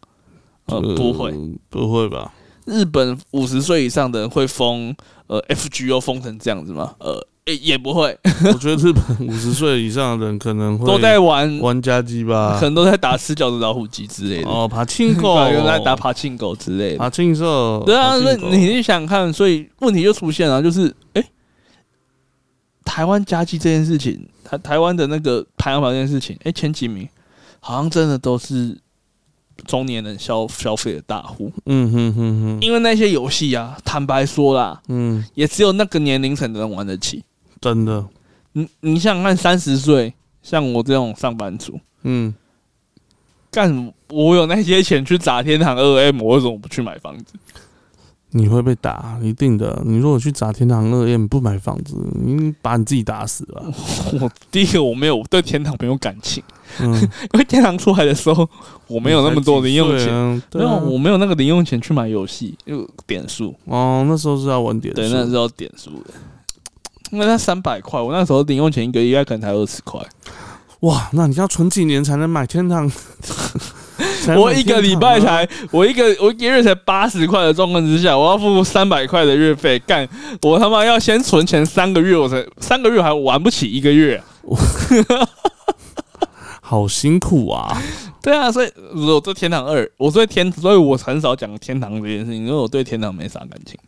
[SPEAKER 2] 呃，不会。
[SPEAKER 1] 不会 吧？
[SPEAKER 2] 日本五十岁以上的人会封呃 FGO 封成这样子吗？呃，诶也不会，
[SPEAKER 1] 我觉得日本五十岁以上的人可能会
[SPEAKER 2] 都在玩，
[SPEAKER 1] 玩家机吧
[SPEAKER 2] 可，能都在打吃饺子老虎机之类的，
[SPEAKER 1] 哦，爬庆 狗，
[SPEAKER 2] 可能在打爬庆狗之类的。
[SPEAKER 1] 爬庆社，
[SPEAKER 2] 对啊，所
[SPEAKER 1] 爬
[SPEAKER 2] 以
[SPEAKER 1] 庆狗
[SPEAKER 2] 你去想想看，所以问题就出现了，就是诶，台湾家计这件事情，台台湾的那个排行榜这件事情，诶，前几名好像真的都是中年人消消费的大户，
[SPEAKER 1] 嗯哼哼哼，
[SPEAKER 2] 因为那些游戏啊，坦白说啦，
[SPEAKER 1] 嗯，
[SPEAKER 2] 也只有那个年龄层的人玩得起。
[SPEAKER 1] 真的，
[SPEAKER 2] 你你想想看，三十岁像我这种上班族，
[SPEAKER 1] 嗯，
[SPEAKER 2] 干我有那些钱去砸天堂二 M，我为什么不去买房子？
[SPEAKER 1] 你会被打，一定的。你如果去砸天堂二 M 不买房子，你把你自己打死了。
[SPEAKER 2] 我第一个我没有我对天堂没有感情，
[SPEAKER 1] 嗯，
[SPEAKER 2] 因为天堂出来的时候我没有那么多零用钱，
[SPEAKER 1] 钱，
[SPEAKER 2] 没
[SPEAKER 1] 对
[SPEAKER 2] 有
[SPEAKER 1] 啊，
[SPEAKER 2] 我没有那个零用钱去买游戏，就点数，
[SPEAKER 1] 哦，那时候是要玩点数，
[SPEAKER 2] 对，那时候点数的。因为那三百块，我那时候零用钱一个月可能才二十块，
[SPEAKER 1] 哇，那你要存几年才能买天 堂？才能买
[SPEAKER 2] 我一个礼拜
[SPEAKER 1] 天堂啊
[SPEAKER 2] 才，我一个我一个月才八十块的状况之下，我要付三百块的月费，干我他妈要先存钱三个月，我才三个月还玩不起一个月。
[SPEAKER 1] 好辛苦啊！
[SPEAKER 2] 对啊，所以我对天堂二，我对天，所以我很少讲天堂这件事情，因为我对天堂没啥感情。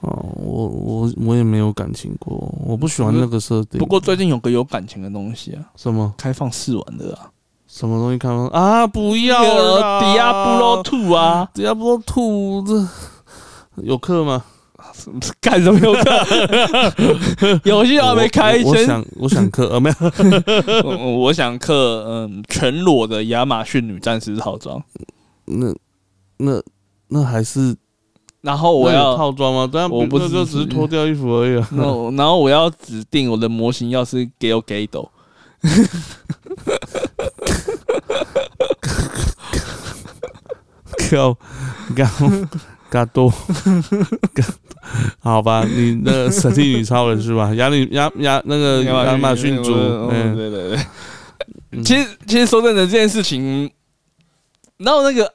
[SPEAKER 1] 哦，我我我也没有感情过，我不喜欢那个设定。
[SPEAKER 2] 不过最近有个有感情的东西啊，
[SPEAKER 1] 什么
[SPEAKER 2] 开放试玩的啊，
[SPEAKER 1] 什么东西看不到啊？不要啦
[SPEAKER 2] 迪亚布罗 two 啊，
[SPEAKER 1] 迪亚布罗兔这有课吗？
[SPEAKER 2] 干什么游客？ 游戏还没开，
[SPEAKER 1] 我我我
[SPEAKER 2] 先
[SPEAKER 1] 想我想课呃没有。
[SPEAKER 2] 我我想刻嗯全裸的亚马逊女战士套装，
[SPEAKER 1] 那那那还是
[SPEAKER 2] 然后我
[SPEAKER 1] 那有
[SPEAKER 2] 要
[SPEAKER 1] 套装吗？但
[SPEAKER 2] 我不
[SPEAKER 1] 那就
[SPEAKER 2] 支
[SPEAKER 1] 只是
[SPEAKER 2] 持
[SPEAKER 1] 脱掉衣服而已啊。
[SPEAKER 2] 然后然后我要指定我的模型要是 g a l g a d o
[SPEAKER 1] 靠，干干多干，好吧，你那神力女超人是吧？亚女亚亚那个呃亚马逊族，嗯，
[SPEAKER 2] 对对对。
[SPEAKER 1] 嗯
[SPEAKER 2] 其实其实说真的，这件事情，然后那个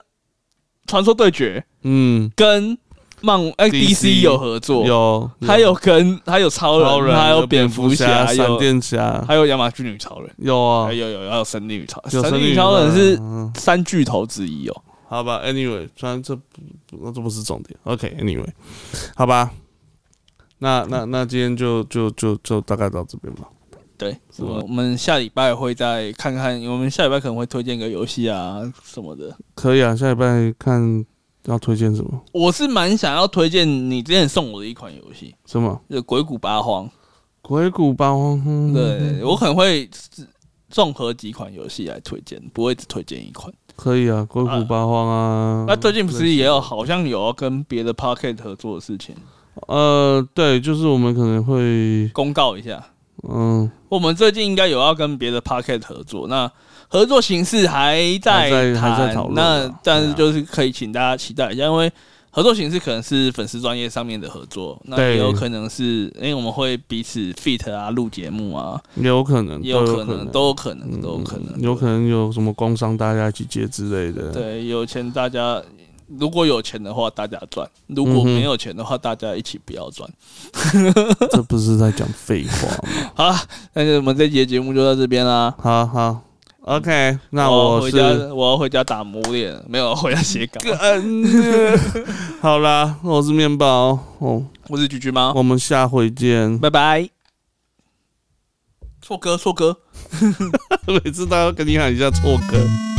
[SPEAKER 2] 传说对决
[SPEAKER 1] 嗯，
[SPEAKER 2] 跟漫哎
[SPEAKER 1] DC
[SPEAKER 2] DC 有合作，
[SPEAKER 1] 有
[SPEAKER 2] 还有跟还有超
[SPEAKER 1] 超
[SPEAKER 2] 人，
[SPEAKER 1] 人，
[SPEAKER 2] 还有
[SPEAKER 1] 有
[SPEAKER 2] 蝙蝠侠，还
[SPEAKER 1] 闪
[SPEAKER 2] 有
[SPEAKER 1] 电侠，
[SPEAKER 2] 还有亚马逊女超人，哎
[SPEAKER 1] 有啊
[SPEAKER 2] 还，有有还有神力女超
[SPEAKER 1] 有
[SPEAKER 2] 神力
[SPEAKER 1] 女
[SPEAKER 2] 女超人是
[SPEAKER 1] 嗯
[SPEAKER 2] 三巨头之一哦。
[SPEAKER 1] 好吧？Anyway，虽然这不不这不是重点，OK，Anyway，好吧。那那那今天就就就就大概到这边吧。
[SPEAKER 2] 对，
[SPEAKER 1] 是吧
[SPEAKER 2] 我们下礼拜会再看看，我们下礼拜可能会推荐个游戏啊什么的。
[SPEAKER 1] 可以啊，下礼拜看要推荐什么？
[SPEAKER 2] 我是蛮想要推荐你之前送我的一款游戏，
[SPEAKER 1] 什么？
[SPEAKER 2] 就《鬼谷八荒》。
[SPEAKER 1] 鬼谷八荒。嗯
[SPEAKER 2] 对，我可能会综合几款游戏来推荐，不会只推荐一款。
[SPEAKER 1] 可以啊，鬼谷八荒啊。
[SPEAKER 2] 那最近不是也有好像有要跟别的 Pocket 合作的事情，
[SPEAKER 1] 呃，对，就是我们可能会，
[SPEAKER 2] 公告一下。
[SPEAKER 1] 嗯，
[SPEAKER 2] 我们最近应该有要跟别的 Pocket 合作，那合作形式还在
[SPEAKER 1] 还在还在
[SPEAKER 2] 谈
[SPEAKER 1] 讨论啊
[SPEAKER 2] 那但
[SPEAKER 1] 对
[SPEAKER 2] 是
[SPEAKER 1] 啊
[SPEAKER 2] 就是可以请大家期待一下，因为合作形式可能是粉丝专业上面的合作，那
[SPEAKER 1] 对
[SPEAKER 2] 也有可能是因为我们会彼此 fit 啊，录节目啊，
[SPEAKER 1] 也有可能，
[SPEAKER 2] 也有
[SPEAKER 1] 嗯都
[SPEAKER 2] 可能，都有可能，都有可能，
[SPEAKER 1] 有可能有什么工商大家一起接之类的。
[SPEAKER 2] 对，有钱大家如果有钱的话大家赚，如果没有钱的话大家一起不要赚。
[SPEAKER 1] 这不是在讲废话吗？
[SPEAKER 2] 好啦，那就我们这节节目就到这边啦。
[SPEAKER 1] 好好，OK，那
[SPEAKER 2] 哦我要
[SPEAKER 1] 我
[SPEAKER 2] 回家
[SPEAKER 1] 是，
[SPEAKER 2] 我要回家打磨练，没有我要回 家写稿。
[SPEAKER 1] 嗯，好啦，我是面包，哦，
[SPEAKER 2] 我是菊菊猫，
[SPEAKER 1] 我们下回见。
[SPEAKER 2] 拜拜。错哥，错哥。
[SPEAKER 1] 每次都要跟你喊一下错哥。